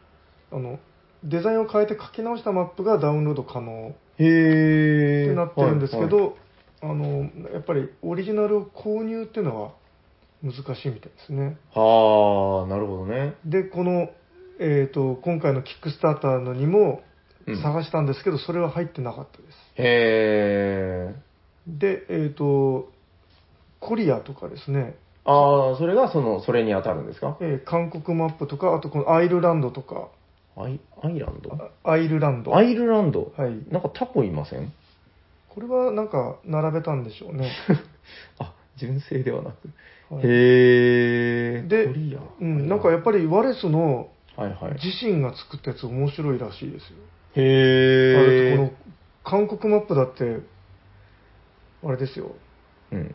あのデザインを変えて書き直したマップがダウンロード可能っへえ。てなってるんですけど、はいはいあのやっぱりオリジナルを購入っていうのは難しいみたいですねああ、なるほどね。でこの、えー、と今回のキックスターターのにもうん探したんですけど、それは入ってなかったですへえ。でえっ、とコリアとかですねああ、それがその、それに当たるんですかえー韓国マップとか、あとこのアイルランドとか、アイアイランドあアイルランド。アはい。イルランドなんかタコいませんこれはなんか並べたんでしょう ね。あ、純正ではなく。はいへえ。でコリア。うん、なんかやっぱりワレスのはいはい。自身が作ったやつ面白いらしいですよ。あへれえ。この韓国マップだって、あれですよ。うん。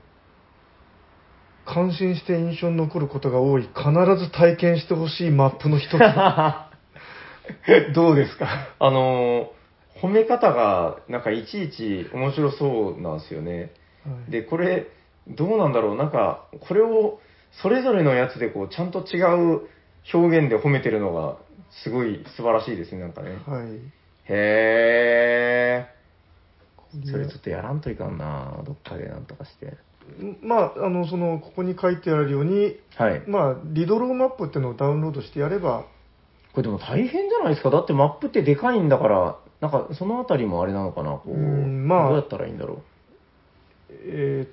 感心して印象に残ることが多い、必ず体験してほしいマップの 一つ。あ どうですかのー、褒め方が、なんかいちいち面白そうなんですよね。はいで、これ、どうなんだろう、なんか、これを、それぞれのやつで、こう、ちゃんと違う表現で褒めてるのが、すごい素晴らしいですね、なんかね。はい。へこー。それちょっとやらんといかんなどっかでなんとかして。まあ、あの、その、ここに書いてあるように、はい。こまあ、リドローマップっていうのをダウンロードしてやれば、れでも大変じゃないですか。だってマップってでかいんだから、なんか、そのあたりもあれなのかな、こう、うんまあどうやったらいいんだろえーっ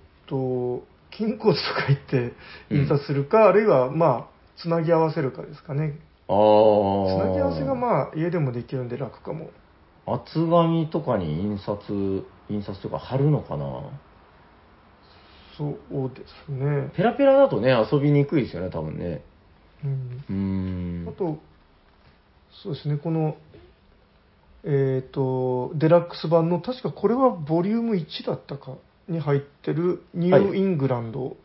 と、金骨とか言って印刷するか、あるいは、まあ、つなぎ合わせるかですかね。う。あつー。なぎ合わせがまあ、家でもできるんで楽かも。厚紙とかに印刷、印刷とか貼るのかなそうですね。ペラペラだとね、遊びにくいですよね、多分ね。うんうーんあ。と、そうですね、この、えっ、と、デラックス版の、確かこれはボリューム1だったかに入ってる、ニューイングランド。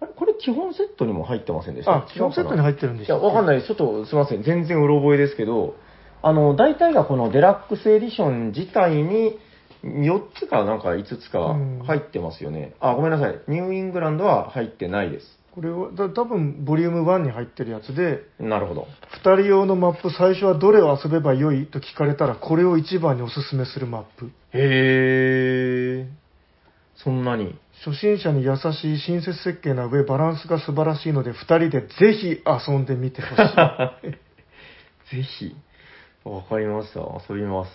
あれこれ基本セットにも入ってませんでしたあ、基本セットに入っってるんてでいしたや、わかんい。ないです。ちょっとすみません。全然うろ覚えですけど、あの、大体がこのデラックスエディション自体に4つかなんか5つかうん入ってますよね。あ、ごめんなさい。ニューイングランドは入ってないです。これは、だ多分ボリューム1に入ってるやつで、なるほど。 2人用のマップ、最初はどれを遊べばよいと聞かれたら、これを一番におすすめするマップ。へえ。そんな に。初心者に優しい親切設計な上、バランスが素晴らしいので、2人でぜひ遊んでみて ほしい。はぜひ。わかりました。遊びます。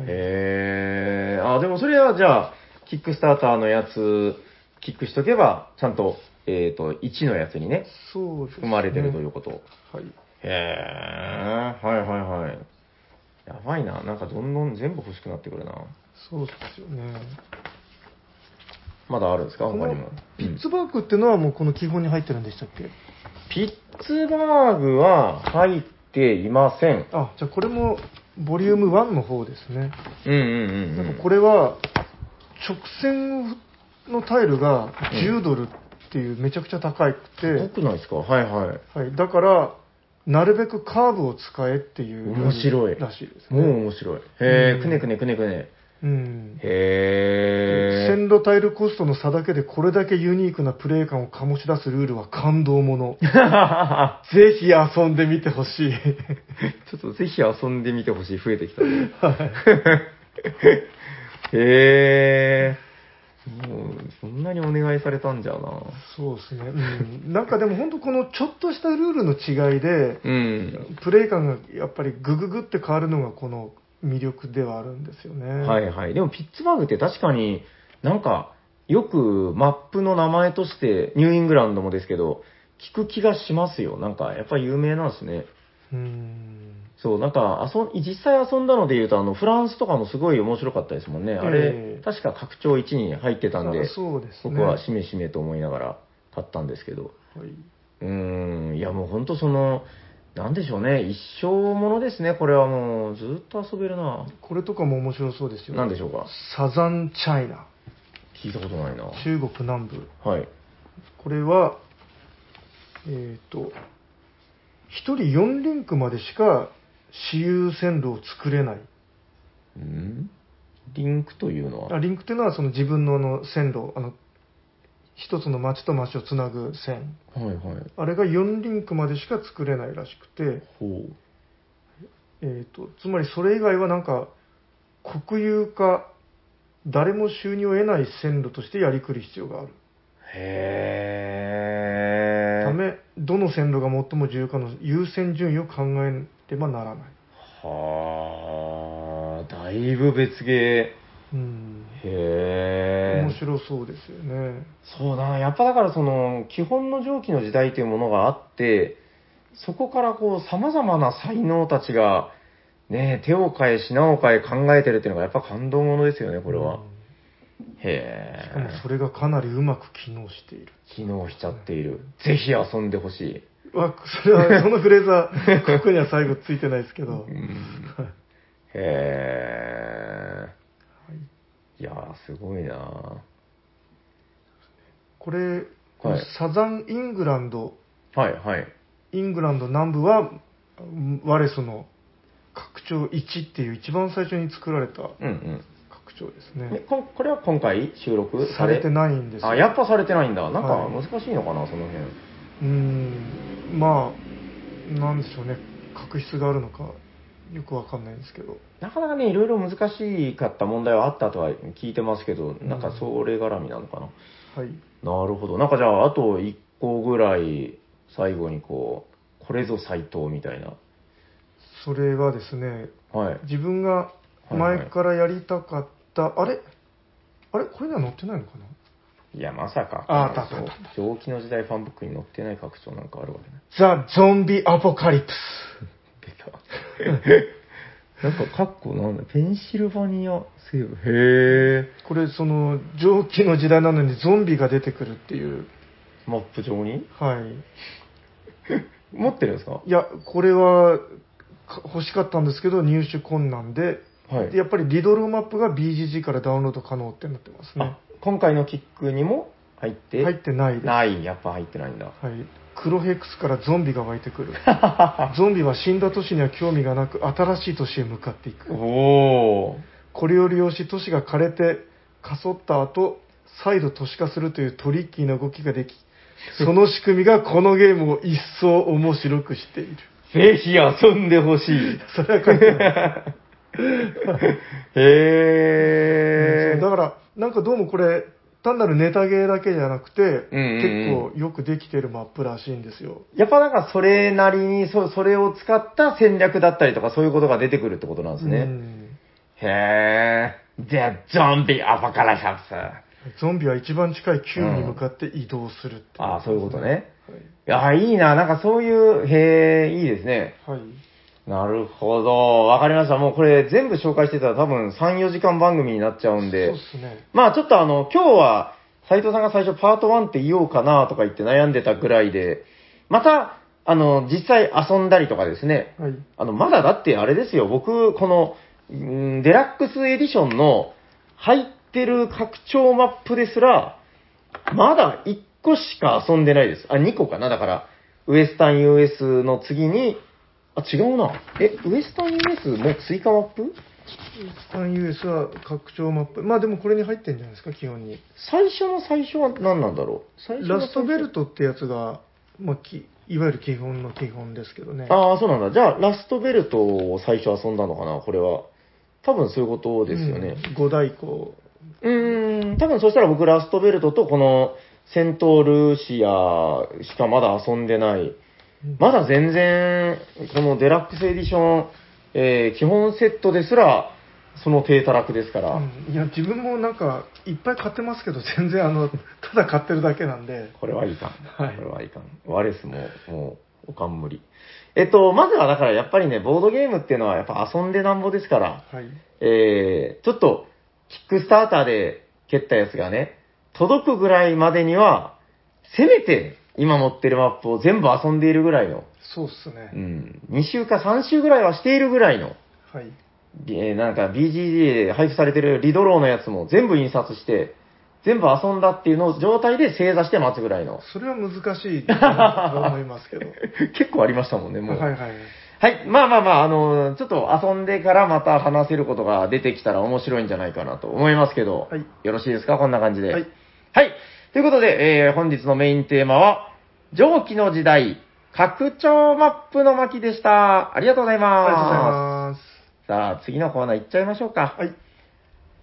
い、へえ。あ、でもそれはじゃあ、キックスターターのやつ、キックしとけば、ちゃんと、えっ、と、1のやつにね、そうですね。含まれてるということ。はい。へえ。はいはいはい。やばいな。なんかどんどん全部欲しくなってくるな。そうですよね。まだあるんですかこ他にのも。ピッツバーグってのはもうこの基本に入ってるんでしたっけピッツバーグは入っていません。あ、じゃあこれもボリューム1の方ですね。うんうんうん、う。なんんかこれは直線のタイルが10ドルっていうめちゃくちゃ高くて、すごくないですかはいはい。はい、だから、なるべくカーブを使えっていう面白いらしいですもうね。面白い。へうえ、んくねくねくねくね。うん。へえ。線路タイルコストの差だけでこれだけユニークなプレイ感を醸し出すルールは感動も の。ぜひ遊んでみてほしい。 ちょっとぜひ遊んでみてほしい、増えてきた。へはい え。もう、そんなにお願いされたんじゃな。そうですね、うん、なんかでも本当このちょっとしたルールの違いで、うん。プレイ感がやっぱりグググって変わるのがこの魅力ではあるんですよね。はいはい。でも、ピッツバーグって確かになんか、よくマップの名前として、ニューイングランドもですけど、聞く気がしますよ。なんか、やっぱり有名なんですね。うん。そう、なんか遊ん、実際遊んだので言うと、あの、フランスとかもすごい面白かったですもんね。あれえ、え確か拡張1に入ってたんであ、そうですね。僕はしめしめと思いながら買ったんですけど。はい、うーん、いやもうほんとその、なんでしょうね、一生ものですね、これはもう、ずっと遊べるな。これとかも面白そうですよ。なんでしょうかサザンチャイナ。聞いたことないな。中国南部。はい。これは、えっ、と、1人4リンクまでしか私有線路を作れない。うんリンクというのあはリンクっていうのはその自分のあの線路あの一つの町と町をつなぐ線はいはい。あれが4リンクまでしか作れないらしくて、ほう。えー、とつまりそれ以外はなんか国有化誰も収入を得ない線路としてやりくり必要があるへたー。めどの線路が最も重要かの優先順位を考えねばならないはあ、だいぶ別ゲうんー。へ面ー。白そうですよねそうだな、やっぱだからその、基本の蒸気の時代というものがあって、そこからこう、様々な才能たちが、ね、手を変え、品を変え、考えてるっていうのがやっぱ感動ものですよね、これは。うんへしかもえ。それがかなりうまく機能している機能しちゃっている。ぜひ遊んでほしい。わそれはそのフレーズ はここには最後ついてないですけど、うんへえ。いやー、すごいなこれこのサザンイングランドはい、はい。イングランド南部はうんワレスの拡張1っていう一番最初に作られたうんうん。拡張ですねねここれは今回収録されていないんですよあ、やっぱされてないんだ。なんかはい難しいのかな、その辺。うーんまあなんでしょうね確執があるのかよくわかんないんですけどなかなかね、いろいろ難しかった問題はあったとは聞いてますけど、なんかそれ絡みなのかな。はいなるほど。なんかじゃあ、あと1個ぐらい、最後にこう、これぞ斎藤みたいな。それはですねはい。自分が前からやりたかった、あれあれこれには載ってないのかないや、まさか。ああったあったあったあっそう蒸気の時代ファンブックに載ってない拡張なんかあるわけない。ザ・ゾンビ・アポカリプス。出た。 なんか、かっこなんだ、ペンシルバニア西部。へこれその蒸気の時代なのにゾンビが出てくるっていうーマップ上にはい持ってるんですかいやこれはか欲しかったんですけど入手困難で、はいでやっぱりリドルマップが BGG からダウンロード可能ってなってますねあ、今回のキックにも入って、入ってないです、はない、やっぱ入ってないんだ。い、黒ヘックスからゾンビが湧いてくるゾンビは死んだ都市には興味がなく新しい都市へ向かっていく おー。これを利用し都市が枯れてかそった後再度都市化するというトリッキーな動きができその仕組みがこのゲームを一層面白くして いるぜひ遊んでほし い。それは書いてない、へー。そうだからなんかどうもこれ単なるネタゲーだけじゃなくて、うんうんうん結構よくできてるマップらしいんですよやっぱなんかそれなりにそ、それを使った戦略だったりとかそういうことが出てくるってことなんですうね。んへー。The Zombie Apocalypse。ゾンビは一番近い球に向かって移動するって、ああ、そういうことね。はいいや、いいな。なんかそういう、へえ、いいですね。はい、なるほど。わかりました。もうこれ全部紹介してたら多分3、4時間番組になっちゃうんでそうっ。すねまあちょっとあの、今日は斉藤さんが最初パート1って言おうかなとか言って悩んでたぐらいで、また、あの、実際遊んだりとかですね。はいあの、まだだってあれですよ。僕、この、うんデラックスエディションの入ってる拡張マップですら、まだ1個しか遊んでないです。あ、2個かな。だから、ウエスタン US の次に、あ、違うな。え、ウエスタン US も追加マップ一般 US は拡張マップまあでもこれに入ってんじゃないですか基本に最初の最初は何なんだろう最初のラストベルトトってやつが、まあ、きいわゆる基本の基本ですけどねああ、そうなんだ。じゃあ、ラストベルトを最初遊んだのかな、これは。多分そういうことですよね。うん、五大項うーん、多分そしたら僕ラストベルトとこのセントルシアしかまだ遊んでない。まだ全然、このデラックスエディション、えー基本セットですら、その低たらくですから。うんいや自分もなんかいっぱい買ってますけど全然あのただ買ってるだけなんでこれはいかん。はいこれはいかん。ワレスも、もう、おかん無理。えっと、まずはだからやっぱりね、ボードゲームっていうのはやっぱ遊んでなんぼですから、はいえー、ちょっと、キックスターターで蹴ったやつがね、届くぐらいまでには、せめて今持ってるマップを全部遊んでいるぐらいの、そうっすうね、ん、2週か3週ぐらいはしているぐらいの、はいえーなんか BGD で配布されてるリドローのやつも全部印刷して、全部遊んだっていうのを状態で正座して待つぐらいの、それは難しいかなと思いますけど 結構ありましたもん ね、もう。はいはいはい。まあまあまあ、あの、ちょっと遊んでからまた話せることが出てきたら面白いんじゃないかなと思いますけど、はいよろしいですかこんな感じで。はい。はい。ということで、えー本日のメインテーマは、蒸気の時代、拡張マップの巻でした。ありがとうございありがとうございまますす。さあ、次のコーナー行っちゃいましょうか。はい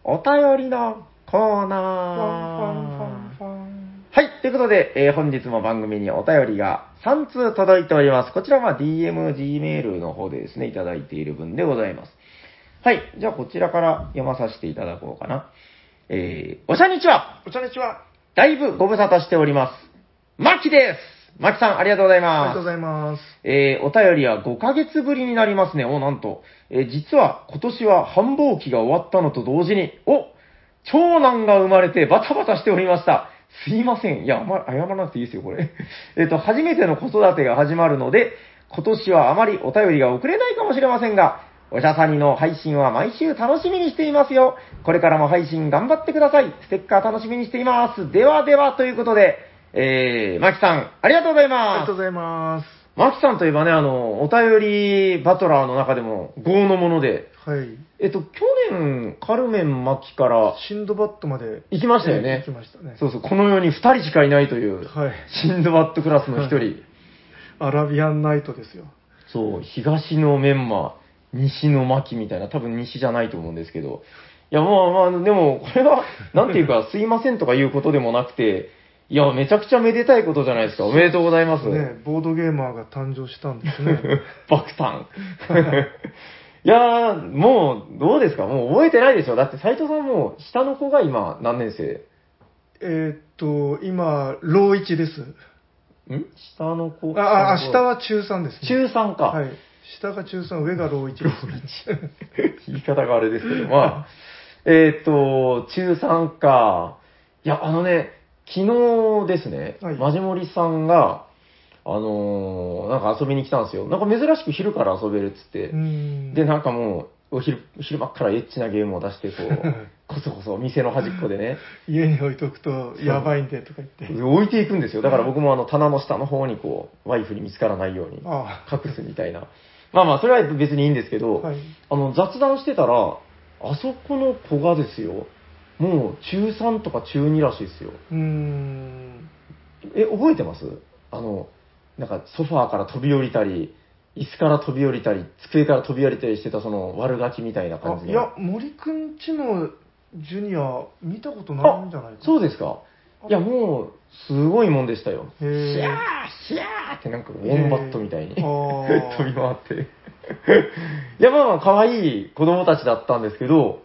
お便りのコーナー。ファンファンファンファンはい。ということで、えー本日も番組にお便りが3通届いております。こちらは DM、G メールの方でですね、いただいている分でございます。はい。じゃあ、こちらから読まさせていただこうかな。えー、おしゃにちはお茶にちはだいぶご無沙汰しております。マキですマキさん、ありがとうございありまがとすうご。ざいますえーお便りは5ヶ月ぶりになりますね。お、なんと。えー実は今年は繁忙期が終わったのと同時に、お長男が生まれてバタバタしておりました。すいません。いや、あま、謝らなくていいですよ、これ。 えっと、初めての子育てが始まるので、今年はあまりお便りが遅れないかもしれませんが、おしゃさにの配信は毎週楽しみにしていますよ。これからも配信頑張ってください。ステッカー楽しみにしています。ではでは、ということで、えー、マキさん、ありがとうございありまがすとう。ございますマキさんといえばね、あの、お便りバトラーの中でも、豪のもので、はいえっと、去年、カルメン・マキからシンドバッドまで行きましたよえーね行き。ましたねそうそう、この世に2人しかいないという、はいシンドバッドクラスの1は人。アラビアンナイトですよそう、東のメンマ、西のマキみたいな、多分西じゃないと思うんですけど。いや、まあまあ、でも、これは、なんてい うか、すいませんとかいうことでもなくて、いや、めちゃくちゃめでたいことじゃないですか。おめでとうございます。ねボードゲーマーが誕生したんです ねバクさん。いやー、もう、どうですかもう覚えてないでしょだって斎藤さんもう、下の子が今、何年生えーっと今老一ですん下の子。ああ明日はは中3ですね中3か。はい下が中3、上が老一です。 言い方があれですけど、まあ、えーっと、中3か。いや、あのね、昨日ですね、はいマジモリさんが、あのーなんか遊びに来たんですよ。なんか珍しく昼から遊べるっつってう。んで、なんかもう、お昼、昼間っからエッチなゲームを出して、こう、こそこそ店の端っこでね、 家に置いとくとやばいんでとか言って。置いていくんですよ。だから僕もあの棚の下の方にこう、ワイフに見つからないようにあ隠すみたいな。まあまあ、それは別にいいんですけあ、ど、はい。あの、雑談してたら、あそこの子がですよ、もう中3とか中2らしいですよ。うーん。え、覚えてますあの、なんかソファーから飛び降りたり、椅子から飛び降りたり、机から飛び降りたりしてたその悪ガキみたいなあ感じの。いや、森くんちのジュニア、見たことないんじゃないか。そううですか。いや、もう、すごいもんでしたよ。へシーャーシャーってなんか、ウォンバットみたい へにーあー飛び回って。 いや、まあまあ、可愛い子供たちだったんですけど、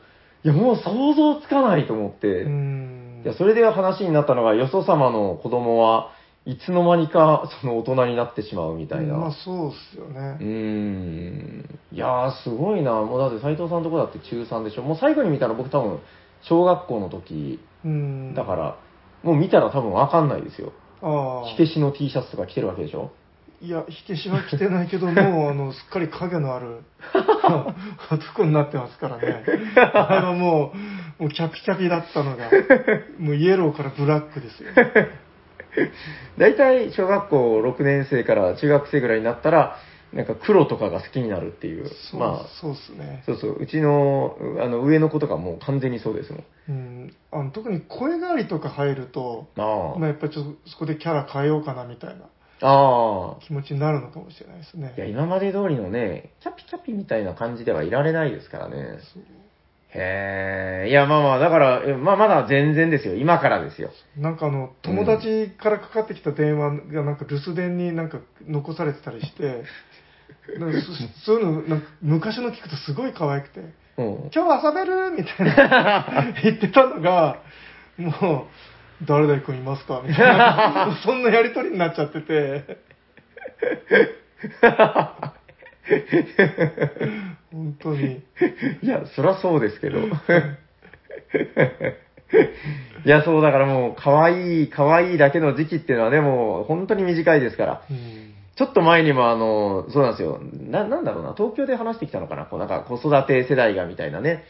いや、もう想像つかないと思って、うーんいや、。それで話になったのが、よそ様の子供はいつの間にか、その大人になってしまうみたいな。まあうそうっすよーね。ん。いやー、すごいな。もうだって斎藤さんとこだって中3でしょ。もう最後に見たら僕多分、小学校の時、うん。だか。ら、もう見たら多分わかんないですよ。ああ。火消しの T シャツとか着てるわけでしょいや、火消しは着てない けど、もう、あの、すっかり影のある、 男になってますからね。あれはもう、もう、キャピキャピだったの が、もう、イエローからブラックですよ。大体小学校6年生から中学生ぐらいになったら、なんか黒とかが好きになるっていう。そう、 まあ、そうっすね。そうそう、うちのあの上の子とかもう完全にそうですもん。うん。あの、特に声変わりとか入ると、ああまあ、やっぱりちょっと、そこでキャラ変えようかな、みたいなああ。気持ちになるのかもしれないですねい。や、今まで通りのね、キャピキャピみたいな感じではいられないですからね。そうへえ。いや、まあまあ、だから、えまあまだ全然ですよ。今からですよ。なんかあの、友達からかかってきた電話がなんか留守電になんか残されてたり して、なんかそそういうの、なんか昔の聞くとすごい可愛くて、うん。今日遊べるみたい な言ってたのが、もう、誰々君いますかみたい な、そんなやりとりになっちゃってて、本当に。 いや、そりゃそうですけど。 いや、そう、だからもう、可愛い、可愛いだけの時期っていうのはね、もう、本当に短いですから。うんちょっと前にも、あの、そうなんですよ。な、なんだろうな、東京で話してきたのかな、こう、なんか、子育て世代がみたいなね、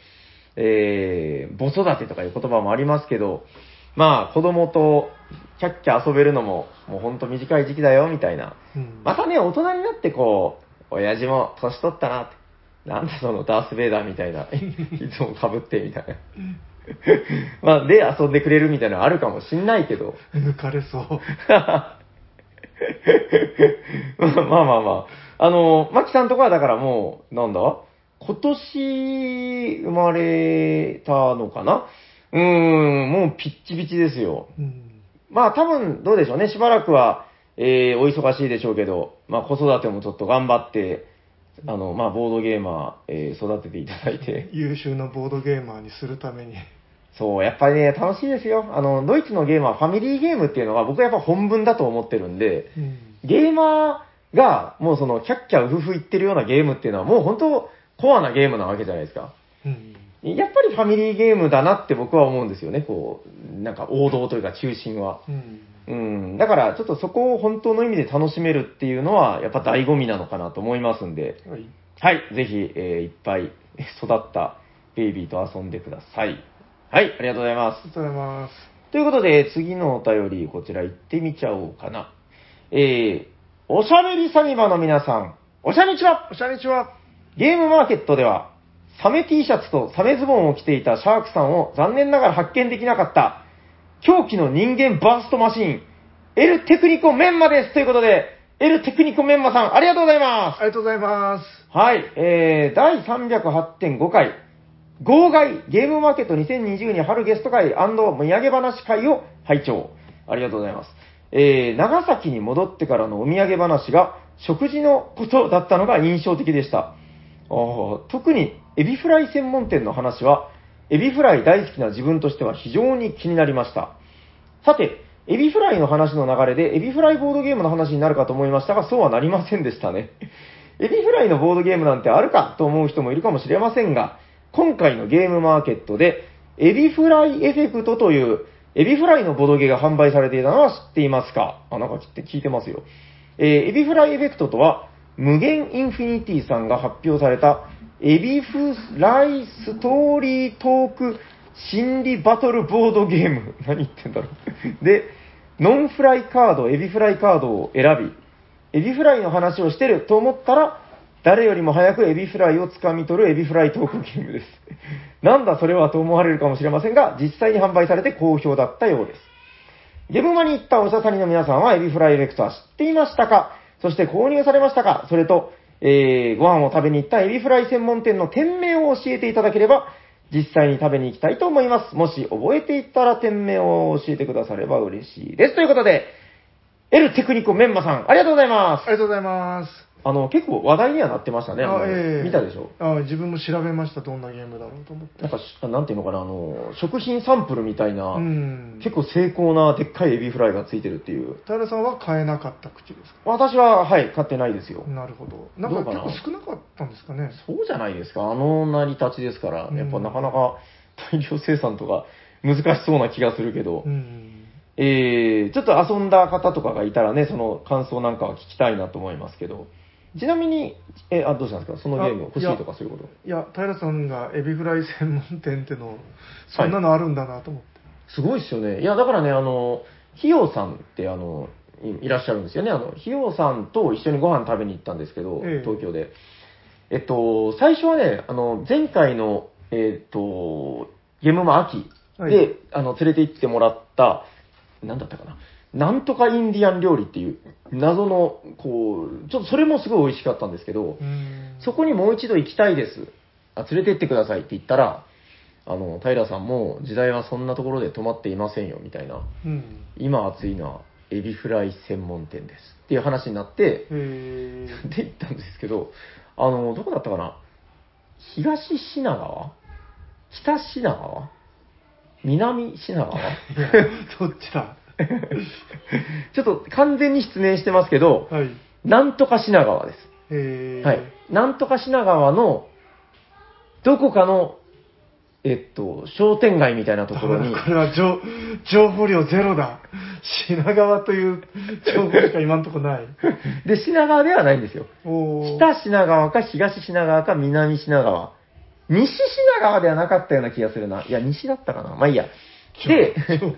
えー、母育てとかいう言葉もありますけど、まあ、子供と、キャッキャ遊べるのも、もう本当短い時期だよ、みたいな。うんまたね、大人になってこう、親父も年取ったなって。なんだそのダース・ベイダーみたいな。いつも被ってみたいな。まあ、で、遊んでくれるみたいなのあるかもしんないけど。 抜かれそう。まあまあまあまあ。あの、マキさんとかはだからもう、なんだ今年生まれたのかなうーん、もうピッチピチですよ。うんまあ多分どうでしょうね、しばらくは、えーお忙しいでしょうけど、まあ子育てもちょっと頑張って、あの、まあボードゲーマー、えー育てていただいて、優秀なボードゲーマーにするために。そう、やっぱりね、楽しいですよ。あの、ドイツのゲーマー、ファミリーゲームっていうのは僕はやっぱ本文だと思ってるんで、うんゲーマーがもうそのキャッキャウフフ言ってるようなゲームっていうのはもう本当コアなゲームなわけじゃないですか。うんやっぱりファミリーゲームだなって僕は思うんですよね、こう、なんか王道というか中心は。うんうん、だからちょっとそこを本当の意味で楽しめるっていうのは、やっぱ醍醐味なのかなと思いますんで、はいはい、ぜひ、えーいっぱい育ったベイビーと遊んでください。はい、ありがとうございまありす。がとうございます。ということで、次のお便り、こちら行ってみちゃおうかな。えー、おしゃべりサニバの皆さん、おしゃにちはおしゃれちは。ゲームマーケットでは、サメ T シャツとサメズボンを着ていたシャークさんを残念ながら発見できなかった、狂気の人間バーストマシーン、エルテクニコメンマですということで、エルテクニコメンマさん、ありがとうございまありがとうございます。す。はい、えー、第308.5回、号外ゲームマーケット2020に春ゲスト会盛り上げ話会を拝聴。ありがとうございます。えー、長崎に戻ってからのお土産話が、食事のことだったのが印象的でした。あー特にエビフライ専門店の話は、エビフライ大好きな自分としては非常に気になりました。さて、エビフライの話の流れで、エビフライボードゲームの話になるかと思いましたが、そうはなりませんでしたね。 エビフライのボードゲームなんてあるかと思う人もいるかもしれませんが、今回のゲームマーケットで、エビフライエフェクトという、エビフライのボドゲが販売されていたのは知っていますかあ、なんか聞いて聞いてますよ。えーエビフライエフェクトとは、無限インフィニティさんが発表された、エビフライストーリートーク心理バトルボードゲーム。 何言ってんだろう。で、ノンフライカード、エビフライカードを選び、エビフライの話をしてると思ったら、誰よりも早くエビフライを掴み取るエビフライトークゲームです。 なんだそれはと思われるかもしれませんが、実際に販売されて好評だったようです。ゲムマに行ったおしゃさりの皆さんはエビフライエフェクトは知っていましたかそして購入されましたかそれと、えー、ご飯を食べに行ったエビフライ専門店の店名を教えていただければ、実際に食べに行きたいと思います。もし覚えていたら店名を教えてくだされば嬉しいです。ということで、エルテクニコメンマさん、ありがとうございますあり。がとうございます。あの、結構話題にはなってましたね。あのあええ見たでしょあ自分も調べました、どんなゲームだろうと思って。なんかし、なんていうのかな、あの、食品サンプルみたいな、うん。結構精巧なでっかいエビフライがついてるっていう。平さんは買えなかった口です私は、はい、買ってないですよか。なるほど。なんかどうかな結構少なかったんですかね。そうじゃないですか。あの成り立ちですから、うんやっぱなかなか 大量生産とか難しそうな気がするけど、うん。えー、ちょっと遊んだ方とかがいたらね、その感想なんかは聞きたいなと思いますけど、ちなみに、え、あ、どうしたんですかそのゲーム欲しいとかそういうこといや、平さんがエビフライ専門店っての、そんなのあるんだなと思って。すごいっすよね。いや、だからね、あの、ひよさんって、あの、いいらっしゃるんですよね。あの、ひよさんと一緒にご飯食べに行ったんですけど、ええ東京で。えっと、最初はね、あの、前回の、えっと、ゲームマ秋で、はいあの、連れて行ってもらった、なんだったかな。なんとかインディアン料理っていう、謎の、こう、ちょっとそれもすごい美味しかったんですけど、うんそこにもう一度行きたいです。あ、連れてってくださいって言ったら、あの、平さんも、時代はそんなところで止まっていませんよ、みたいな。うん。今熱いのは、エビフライ専門店です。っていう話になって、へ え。で行ったんですけど、あの、どこだったかな東品川北品川南品川どっちだちょっと完全に失念してますけど、はい。なんとか品川です。へえ。はい。なんとか品川の、どこかの、えっと、商店街みたいな ところにだ、これは情情報量ゼロだ。品川という情報しか今んとこ ない。で、品川ではないんですよ。おー北品川か東品川か南品川。西品川ではなかったような気がするな。いや、西だったかな。まあいいや。で、情報。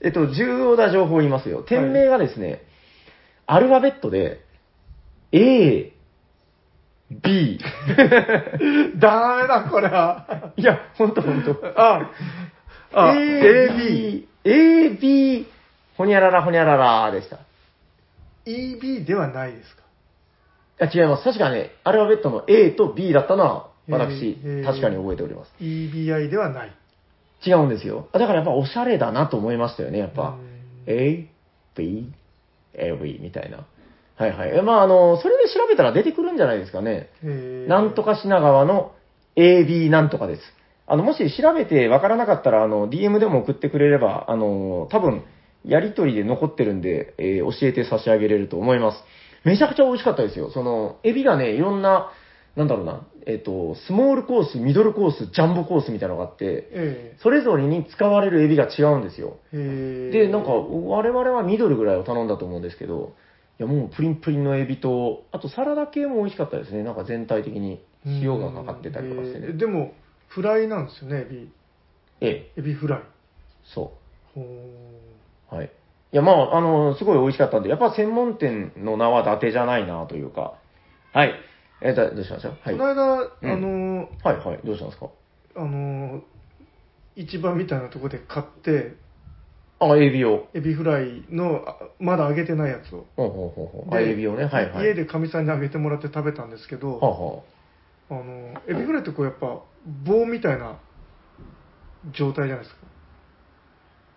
えっと、重要な情報を言いますよ。店名がですね、アルファベットで、A、B。ダメだ、これは。 いや、ほんとほんと。あ、あ、AB。 AB。AB、ほにゃららほにゃららでした。 EB ではないですか。あ違います。確かね、アルファベットの A と B だったのは、私、へー確かに覚えております。 EBI ではない。違うんですよ。あだからやっぱおしゃれだなと思いましたよね、やっぱ。A、B、AB みたいな。はいはい。えまあ、あの、それで調べたら出てくるんじゃないですかね。ななんとか品川の AB なんとかです。あの、もし調べてわからなかったら、あの、DM でも送ってくれれば、あの、多分、やりとりで残ってるんで、えー教えて差し上げれると思います。めちゃくちゃ美味しかったですよ。その、エビがね、いろんな、なんだろうな、えっ、と、スモールコース、ミドルコース、ジャンボコースみたいなのがあって、えそれぞれに使われるエビが違うんですよ。えへえで、なんか、我々はミドルぐらいを頼んだと思うんですけど、いや、もうプリンプリンのエビと、あとサラダ系も美味しかったですね。なんか全体的に塩がかかってたりとかしてうんへえね。でも、フライなんですよね、エビ。ええ、エビフライ。そほう。はい。いや、まあ、あの、すごい美味しかったんで、やっぱ専門店の名は伊達じゃないなというか。はい。え、だどうしたんですかはーい。このは間、うんあのー、い、はい。どうしたんですかあのー、市場みたいなとこで買って、あ、エビを。エビフライの、あまだ揚げてないやつを。ほうほうほうほう。あ、でエビをね。はいはい。家でかみさんに揚げてもらって食べたんですけど、はあはあのー、エビフライってこうやっぱ棒みたいな状態じゃないですか。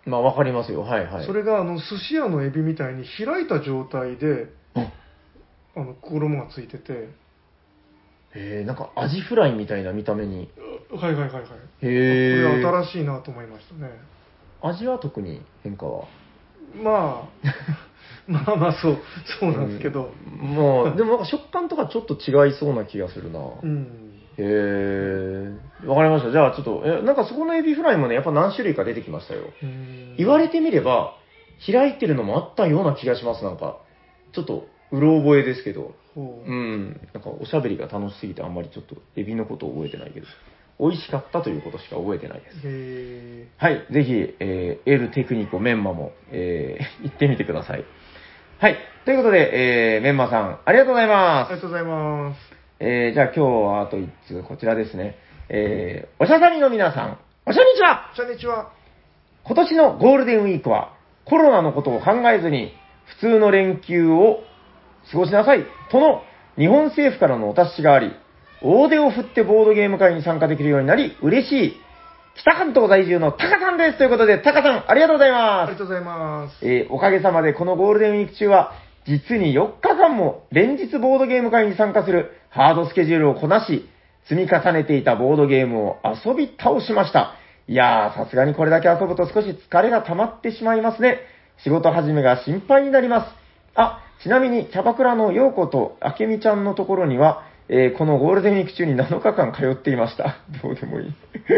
あ。まあ、わかりますよ。はいはい。それがあの寿司屋のエビみたいに開いた状態でああの衣がついててえー、なんかアジフライみたいな見た目に。はいはいはいはいこへれえ。新しいなと思いましたね味は特に変化は。まあ まあまあそう、そうなんですけど。う んまあ、でもなんか食感とかちょっと違いそうな気がするな。うん。へえ、わかりました。じゃあちょっと、え、なんかそこのエビフライもね、やっぱ何種類か出てきましたよ。うん言われてみれば、開いてるのもあったような気がします、なんか。ちょっと、うろ覚えですけど。ほううん。なんか、おしゃべりが楽しすぎて、あんまりちょっと、エビのことを覚えてないけど、美味しかったということしか覚えてないです。へはい。ぜひ、えー、エルテクニコメンマも、えー、 行ってみてください。はい。ということで、えー、メンマさん、ありがとうございーあまりがす。とうございます。えー、じゃあ今日はあと1通、こちらですね。えー、おしゃさりの皆さん、おしゃにちはこんにちは。今年のゴールデンウィークはコロナのことを考えずに普通の連休を過ごしなさいとの日本政府からのお達しがあり、大手を振ってボードゲーム会に参加できるようになり嬉しい北関東在住のタカさんですということでタカさんありがとうございあまりがとうございます。す、えーおかげさまでこのゴールデンウィーク中は実に4日間も連日ボードゲーム会に参加するハードスケジュールをこなし積み重ねていたボードゲームを遊び倒しました。いやー、さすがにこれだけ遊ぶと少し疲れが溜まってしまいますね。仕事始めが心配になります。あ、ちなみにキャバクラの陽子と明美ちゃんのところには、えーこのゴールデンウィーク中に7日間通っていました。どうでもいい。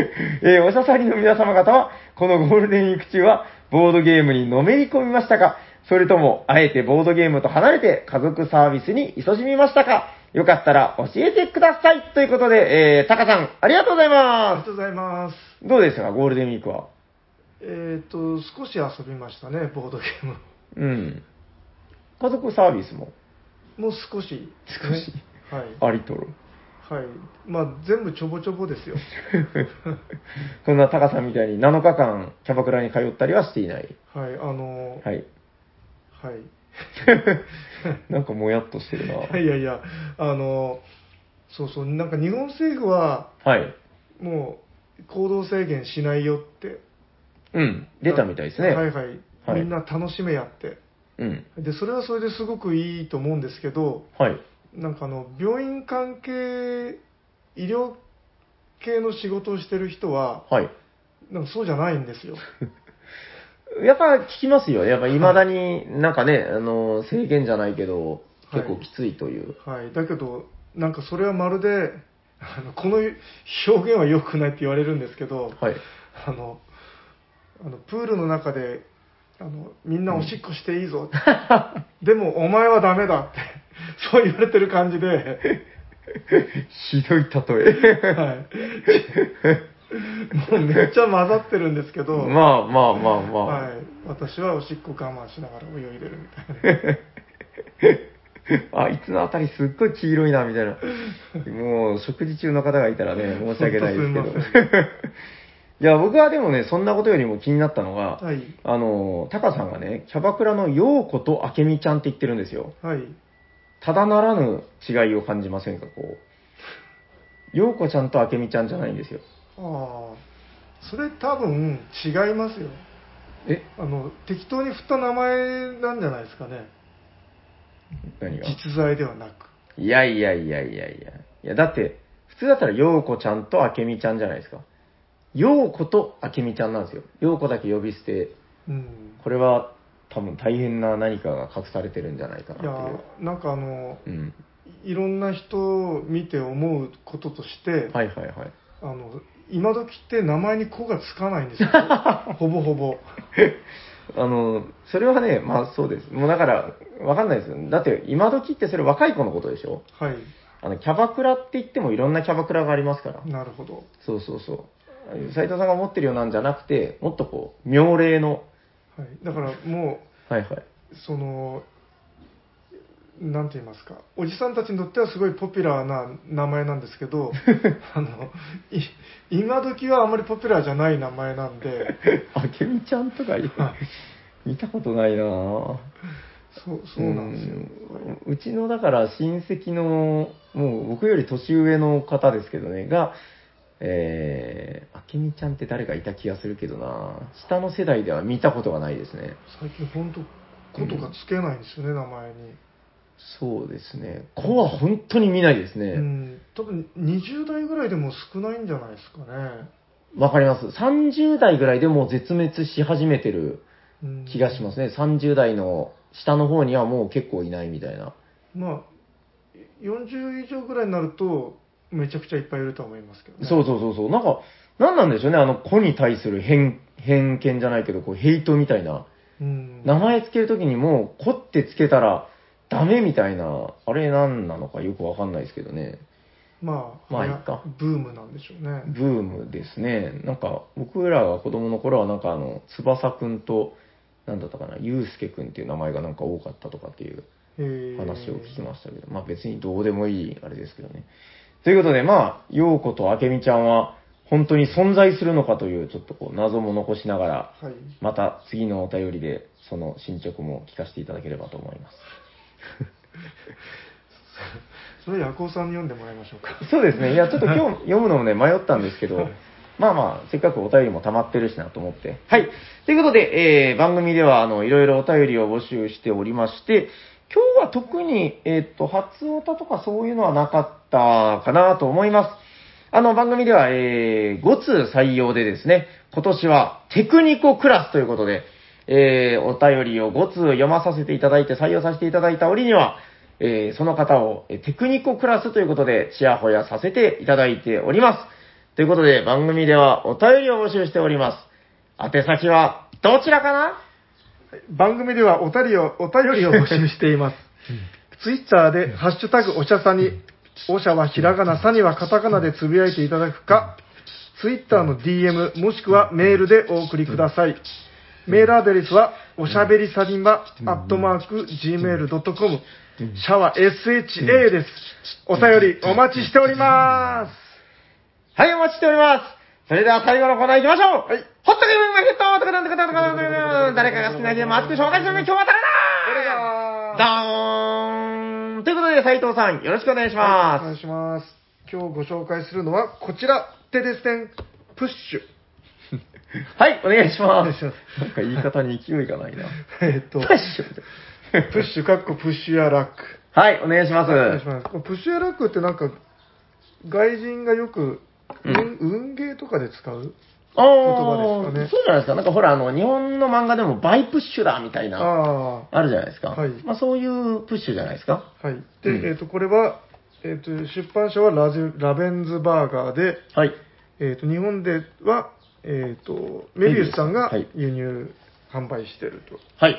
えーおしゃさりの皆様方は、このゴールデンウィーク中は、ボードゲームにのめり込みましたかそれとも、あえてボードゲームと離れて家族サービスに勤しみましたかよかったら教えてくださいということで、えー、タカさん、ありがとうございありがまとうございます。すどうでしたか、ゴールデンウィークは。えっ、と、少し遊びましたね、ボードゲーム。 うん。家族サービスも、もう少し。少しはい。ありとる。はい。まあ、全部ちょぼちょぼですよ。 そんなタカさんみたいに7日間キャバクラに通ったりはしていない。はい。あのー はい。はい。なんかもやっとしてるな。 いやいや、あの、そうそう、なんか日本政府は、はい。もう行動制限しないよって、うん。出たみたいですね。はいはい、はいみんな楽しめやって、うん。でそれはそれですごくいいと思うんですけど、はい。なんかあの病院関係、医療系の仕事をしてる人は、はい。なんかそうじゃないんですよ。やっぱ聞きますよ。やっぱ未だになんかね、あの、制限じゃないけど、はい結構きつい という。はい、だけど、なんかそれはまるで、あのこの表現は良くないって言われるんですけど、はい。あの、あのプールの中で、あの、みんなおしっこしていい ぞ、でもお前はダメだって、そう言われてる感じで、ひどい例 え。はい。もうめっちゃ混ざってるんですけど、まあまあまあまあ。はい。私はおしっこ我慢しながら泳いでるみたいな。 あいつのあたりすっごい黄色いな、みたいな。もう、食事中の方がいたらね、申し訳 ないですけど。本当すいいや、僕はでもね、そんなことよりも気になったのが、はい。あの、タカさんがね、キャバクラの陽子と明美ちゃんって言ってるんですよ。はい。ただならぬ違いを感じませんか、こう。陽子ちゃんと明美ちゃんじゃないんですよ。ああ。それ多分違いますよ。えあの、適当に振った名前なんじゃないですかね。何が実在ではなく。いやいやいやいやいや。いや、だって、普通だったら陽子ちゃんと明美ちゃんじゃないですか。陽子と明美ちゃんなんですよ。陽子だけ呼び捨て。うん。これは多分大変な何かが隠されてるんじゃないかいなっや、なんかあの、ていう。うん。いろんな人を見て思うこととして、はいはいはい。あの今時って名前に「子」がつかないん ですよほぼほぼあの、それはね、まあそうです。もうだから、わかんないですよ。だって今時ってそれ若い子のことでしょはいあの、キャバクラって言ってもいろんなキャバクラがありますから。なるほどそうそうそう。斉藤さんが持ってるようなんじゃなくて、もっとこう、妙齢の、はい、だからもはいはい。うそのなんて言いますかおじさんたちにとってはすごいポピュラーな名前なんですけ どあのい今時はあまりポピュラーじゃない名前なん であけみちゃんとかいうは見たことないなぁそうそうなんですようんうちのだから親戚のもう僕より年上の方ですけどねがえー、あけみちゃんって誰かいた気がするけどなぁ下の世代では見たことがないですね最近本当子とかつけないんですよね、名前に、そうですね子は本当に見ないですうねん、多分20代ぐらいでも少ないんじゃないですかね。わ、かります30代ぐらいでもう絶滅し始めてる気がしますすね30代の下の方にはもう結構いないみたいな。まあ、40以上ぐらいになると、めちゃくちゃいっぱいいるとは思いますけどね。そうそうそうそう。なんか、なんなんでしょうね、あの、子に対する偏、偏見じゃないけど、こう、ヘイトみたいな。うん。名前つけるときにもう、子ってつけたら、ダメみたいな、あれなんなのかよくわかんないですけどね。まあ、まあいいかブームなんでしょうね。ブームですね。なんか、僕らが子供の頃は、なんかあの、翼くんと、なんだったかな、ゆうすけくんっていう名前がなんか多かったとかっていうえー話を聞きましたけど、まあ別にどうでもいいあれですけどね。ということで、まあ、ようことあけみちゃんは、本当に存在するのかという、ちょっとこう、謎も残しながら、はい。また次のお便りで、その進捗も聞かせていただければと思います。それヤコウさんに読んでもらいましょうか。 そうですね。いや、ちょっと今日読むのもね、迷ったんですけど、まあまあ、せっかくお便りも溜まってるしなと思って。はい。ということで、えー、番組では、あの、いろいろお便りを募集しておりまして、今日は特に、えーっと、初オタとかそういうのはなかったかなと思います。あの、番組では、えー、5通採用でですね、今年はテクニコクラスということで、えー、お便りを5通読まさせていただいて、採用させていただいた折には、えーその方をえーテクニコクラスということで、チヤホヤさせていただいております。ということで、番組ではお便りを募集しております。宛先は、どちらかな番組ではお便りを、お便りを募集しています。ツイッターで、ハッシュタグおしゃさに、おしゃはひらがな、さにはカタカナでつぶやいていただくか、ツイッターの DM、もしくはメールでお送りください。メールアドレスは、おしゃべりさにま、アットマーク、gmail.com、シャワー SHA です。お便りお待ちしております。はい、お待ちしております。それでは最後のコーナー行きましょう。はいホットゲームマーケットとかなんとかなんとかなんとかなんとか誰かが好きなゲームを熱く紹介するのに今日は誰だどダーンということで、斉藤さん、よろしくお願いしはいおま願いします。今日ご紹介するのはこちら、テレステンプッシュ。す。はい、お願いしおま。願いしますなんか言い方に勢いがないな。えっと、プップシュッシュかっこプッシュやラック。はい、お願いします。お願いします。プッシュやラックってなんか、外人がよく、うん運運ゲーとかで使うあ葉ですかねーそうじゃないですか。なんかほら、あの、日本の漫画でもバイプッシュだみたいな、ああるじゃないですか。はいまあそういうプッシュじゃないですか。あ、はい。で、うんえっと、これは、えっと、出版社はラジラベンズバーガーで、はい。えっと、日本では、えっと、メビウスさんがはい輸入、販売してると。はい。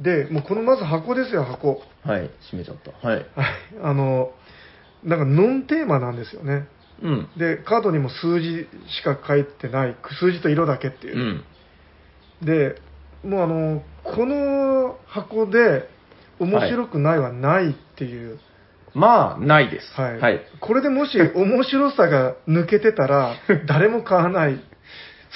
で、もうこのまず箱ですよ、箱。はい。閉めちゃった。はい。はい、あの、なんかノンテーマなんですよね。うん。で、カードにも数字しか書いてない、数字と色だけってういう。ん。で、もうあの、この箱で面白くないはないっていう、まあ、ないです。はい。はい。これでもし面白さが抜けてた ら、誰も買わない。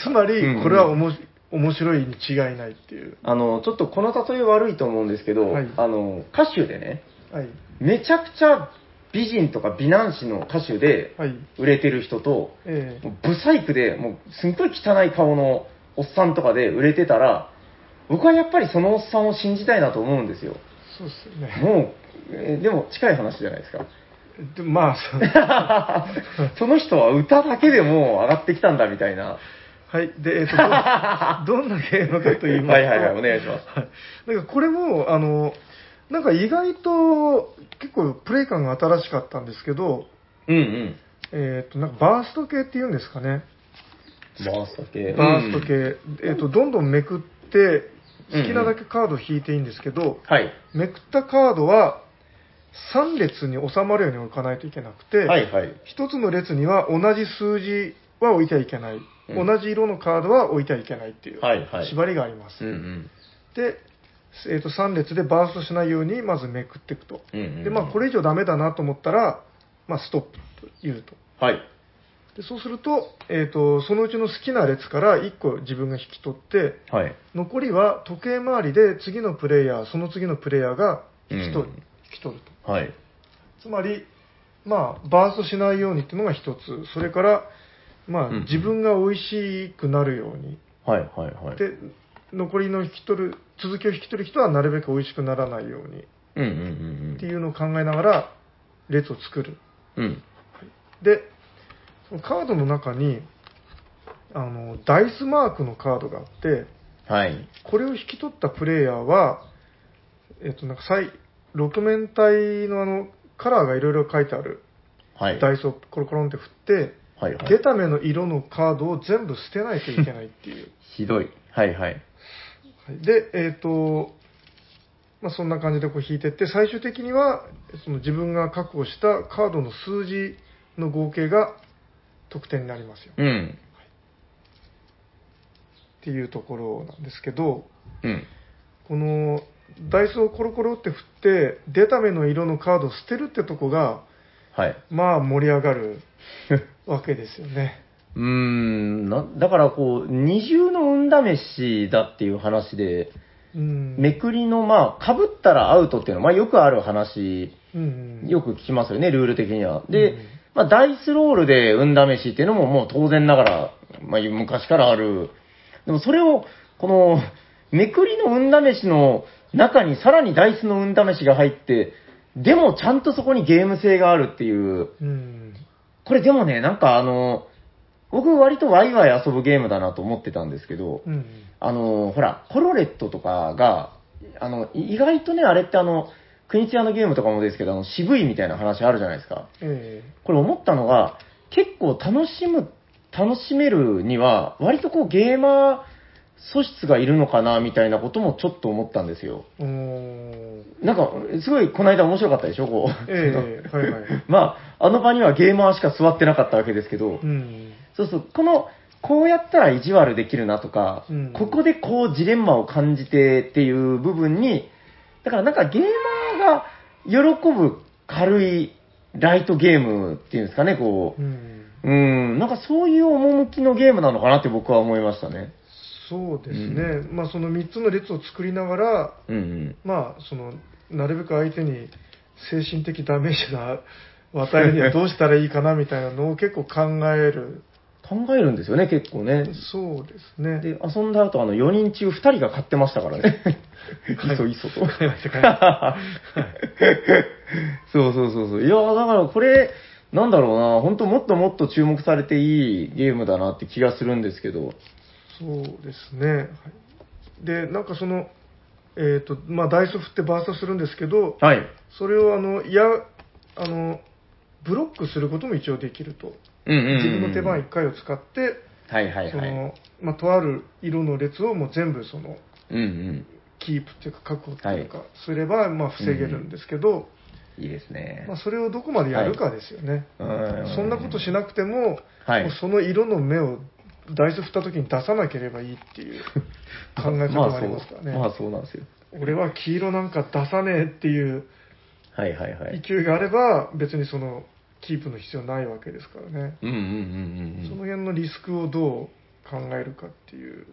つまうんうり、んこれはおもし面白いに違いないっていう。あの、ちょっとこの例え悪いと思うんですけど、はいあの、歌手でね、はい。めちゃくちゃ美人とか美男子の歌手ではい。売れてる人と、ええもうブサイクで、もうすっごい汚い顔のおっさんとかで売れてたら、僕はやっぱりそのおっさんを信じたいなと思うんですよ。そうですよね。もう、えーでも近い話じゃないですか。でまあ、そうその人は歌だけでもう上がってきたんだみたいな。はい。で、えっ、と、 どどんなゲームかと言いますと、はいはいはい、お願いします。はいなんかこれも、あの、なんか意外と結構プレイ感が新しかったんですけど、うんうん。えっ、と、なんかバースト系っていうんですかね。バースト系。バースト系。うんえっ、と、どんどんめくって、好きなだけカード引いていいんですけど、はい。めくったカードは3列に収まるように置かないといけなくて、はいはい。一つの列には同じ数字は置いてはいけない、うん同じ色のカードは置いてはいけないっていうはいはい縛りがあります、うんうん。で、えー、と3列でバーストしないようにまずめくっていくと、うんうんうんでまあ、これ以上ダメだなと思ったら、まあ、ストップと言うとはい。でそうすると,、えー、とそのうちの好きな列から1個自分が引き取ってはい。残りは時計回りで次のプレイヤーその次のプレイヤーが引き取る,、うん引き取るとはい。つまり、まあ、バーストしないようにっていうのが一つ、それから、まあうん、自分が美味しくなるように、はいはいはい。で残りの引き取る、続きを引き取る人はなるべく美味しくならないようにうんうんっていうのを考えながら、列を作る。うんうん。うん。で、そのカードの中に、あの、ダイスマークのカードがあって、はい。これを引き取ったプレイヤーは、えっと、なんか、さい六面体のあの、カラーがいろいろ書いてある、はい。ダイスをコロコロンって振って、はいはい出た目の色のカードを全部捨てないといけないっていう。ひどい。はいははい。い で、えっ、と、まあ、そんな感じでこう引いてって、最終的には、その自分が確保したカードの数字の合計が得点になりますよ。っうん。ていうところなんですけど、うん。この、ダイスをコロコロって振って、出た目の色のカードを捨てるってとこが、はい。まあ盛り上が るわけですよね。うーんな、だからこう、二重の運試しだっていう話で、うん。めくりの、まあ、被ったらアウトっていうのは、まあ、よくある話、うんうん、よく聞きますよね、ルール的には。で、うんまあ、ダイスロールで運試しっていうのも、もう当然ながら、まあ、昔からある。でも、それを、この、めくりの運試しの中に、さらにダイスの運試しが入って、でも、ちゃんとそこにゲーム性があるっていう。うん。これでもね、なんかあの、僕割とワイワイ遊ぶゲームだなと思ってたんですけど、うん。あの、ほら、コロレットとかが、あの、い意外とね、あれってあの、クニチアのゲームとかもですけど、あの、渋いみたいな話あるじゃないですか。えこれ思ったのが、結構楽しむ、楽しめるには、割とこうゲーマー素質がいるのかな、みたいなこともちょっと思ったんですよ。えおーなんか、すごいこの間面白かったでしょ、こう。ええはいはい。 まあ、あの場にはゲーマーしか座ってなかったわけですけど、うん。そうそう、この、こうやったら意地悪できるなとか、うんここでこうジレンマを感じてっていう部分に、だからなんかゲーマーが喜ぶ軽いライトゲームっていうんですかね、こうん。う。うん、なんかそういう趣のゲームなのかなって僕は思いましたね。そうですね、まあ、その3つの列を作りながら、うんまあ、そのなるべく相手に精神的ダメージ が与えるにはどうしたらいいかなみたいなのを結構考える、うん。考えるんですよね、結構ね。そうですね、で、遊んだ後、あの、4人中2人が買ってましたからね。いそいそと。買いました買いましそうそうそうそう。いやーだからこれ、なんだろうな、本当もっともっと注目されていいゲームだなって気がするんですけど。そうですね、はいでなんかその、えーとまあ、ダイス振ってバーストするんですけど、はい。それをあのいやあのブロックすることも一応できると、うんうん、うん。自分の手番1回を使って、はいはいそはい。のまあ、とある色の列をもう全部そのうんうん。キープっていうか確保っていうかすれば、まあ、防げるんですけど、いいですねまあ、。それをどこまでやるかですよね、そんなことしなくても,、はいもうその色の目をダイス振った時に出さなければいいって いう考え方もありますからね、まあそうまあそうなんですよ。俺は黄色なんか出さねえっていうはいはいはい。勢いがあれば別にそのキープの必要ないわけですからね、うんうんうんそうんの辺のリスクをどう考えるかっていう、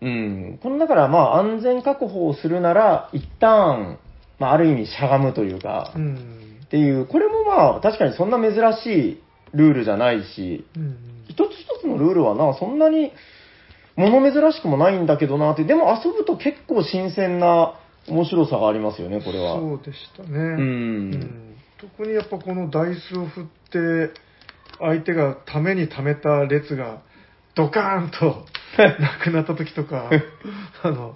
うん。うん。このだからまあ安全確保をするなら、一旦、まあある意味しゃがむというか、うんっていう、これもまあ、確かにそんな珍しいルールじゃないし、うん一つ一つのルールはな、そんなに物珍しくもないんだけどなって、でも遊ぶと結構新鮮な面白さがありますよね、これは。そうでしたね、う。うんん特にやっぱこのダイスを振って相手がためにためた列がドカーン となくなった時とか あの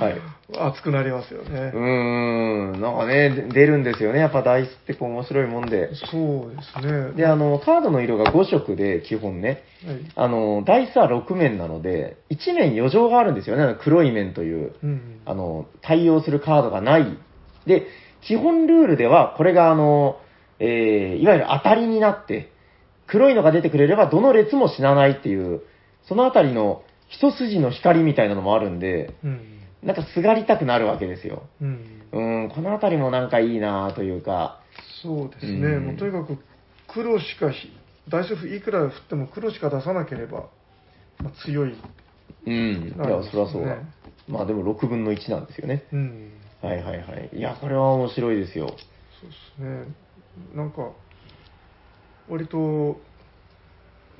はい。熱くなりますよね、うーん。なんかね、で出るんですよね。やっぱダイスってこう面白いもんで。そうですねで、あの、カードの色が5色で、基本ね。はいあの、ダイスは6面なので、1面余剰があるんですよね。あの黒い面という。うんあの、対応するカードがない。で、基本ルールでは、これがあの、えー、いわゆる当たりになって、黒いのが出てくれれば、どの列も死なないっていう、そのあたりの一筋の光みたいなのもあるんで、うんなんかすがりたくなるわけですよ。うんうん、このあたりもなんかいいなというか、そうですね、うんもうとにかく黒しかひダイスいくら振っても黒しか出さなければ、まあ強い、うん、いや、そりゃそうだ。ねまあでも6分の1なんですよね。うん、はいはいはい。いや、これは面白いですよ。そうですね。なんか、割と、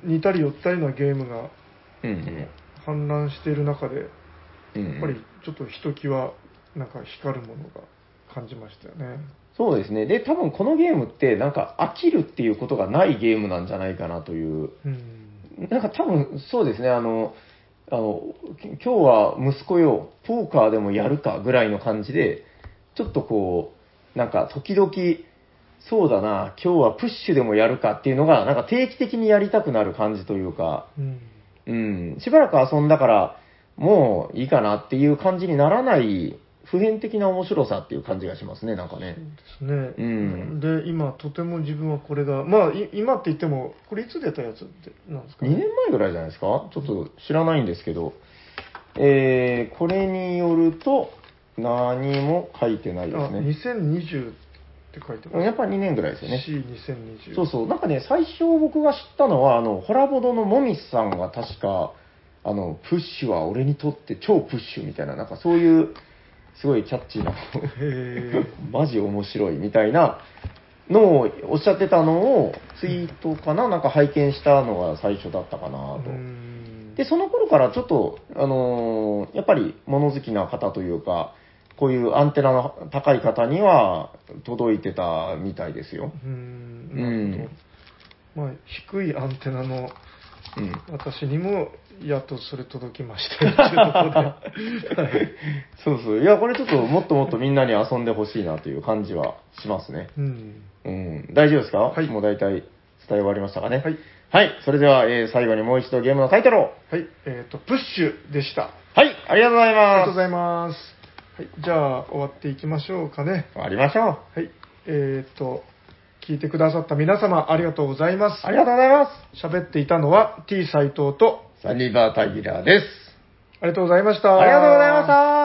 似たり寄ったりなゲームがうん、うん。氾濫している中で、うんうんやっぱりちょっとひときわ、なんか光るものが感じましたよね。そうですね。で、多分このゲームって、なんか飽きるっていうことがないゲームなんじゃないかなという。うん。なんか多分そうですね、あの、あの、き今日は息子よ、ポーカーでもやるかぐらいの感じで、ちょっとこう、なんか時々、そうだな、今日はプッシュでもやるかっていうのが、なんか定期的にやりたくなる感じというか、うん。うん、しばらく遊んだから、もういいかなっていう感じにならない、普遍的な面白さっていう感じがしますね、なんかね。そうですね。うんで、今、とても自分はこれが、まあ、い今って言っても、これいつ出たやつってなんですか2年前ぐらいじゃないですかちょっと知らないんですけど、えー、これによると、何も書いてないですあ、ね。 2020って書いてます。やっぱ2年ぐらいですよね。 C2020。そうそう、なんかね、最初僕が知ったのは、あの、ホラボドのモミスさんが確か、あの、プッシュは俺にとって超プッシュみたいな、なんかそういう、すごいキャッチーな、へ え。マジ面白いみたいなのをおっしゃってたのを、ツイートかな、なんか拝見したのが最初だったかなと。うんで、その頃からちょっと、あのーやっぱり物好きな方というか、こういうアンテナの高い方には届いてたみたいですよ。うんうなるんほど。まあ、低いアンテナのうん。私にも、やっとそれ届きましたよ っていうところで。はいそうそう。いや、これちょっともっともっとみんなに遊んでほしいなという感じはしますね。うん。うん。大丈夫ですかはいもう大体伝え終わりましたかね。はい。はい。それでは、えー最後にもう一度ゲームのタイトルを。はい。えっ、と、プッシュでした。はい。ありがとうございありがまとうごす。ざいます。はい、じゃあ、終わっていきましょうかね。終わりましょう。はい。えっ、と、聞いてくださった皆様、ありがとうございますあ。りがとうございま喋っていたのは T 斎藤と、す。サニバータギラです。ありがとうございました。ありがとうございました。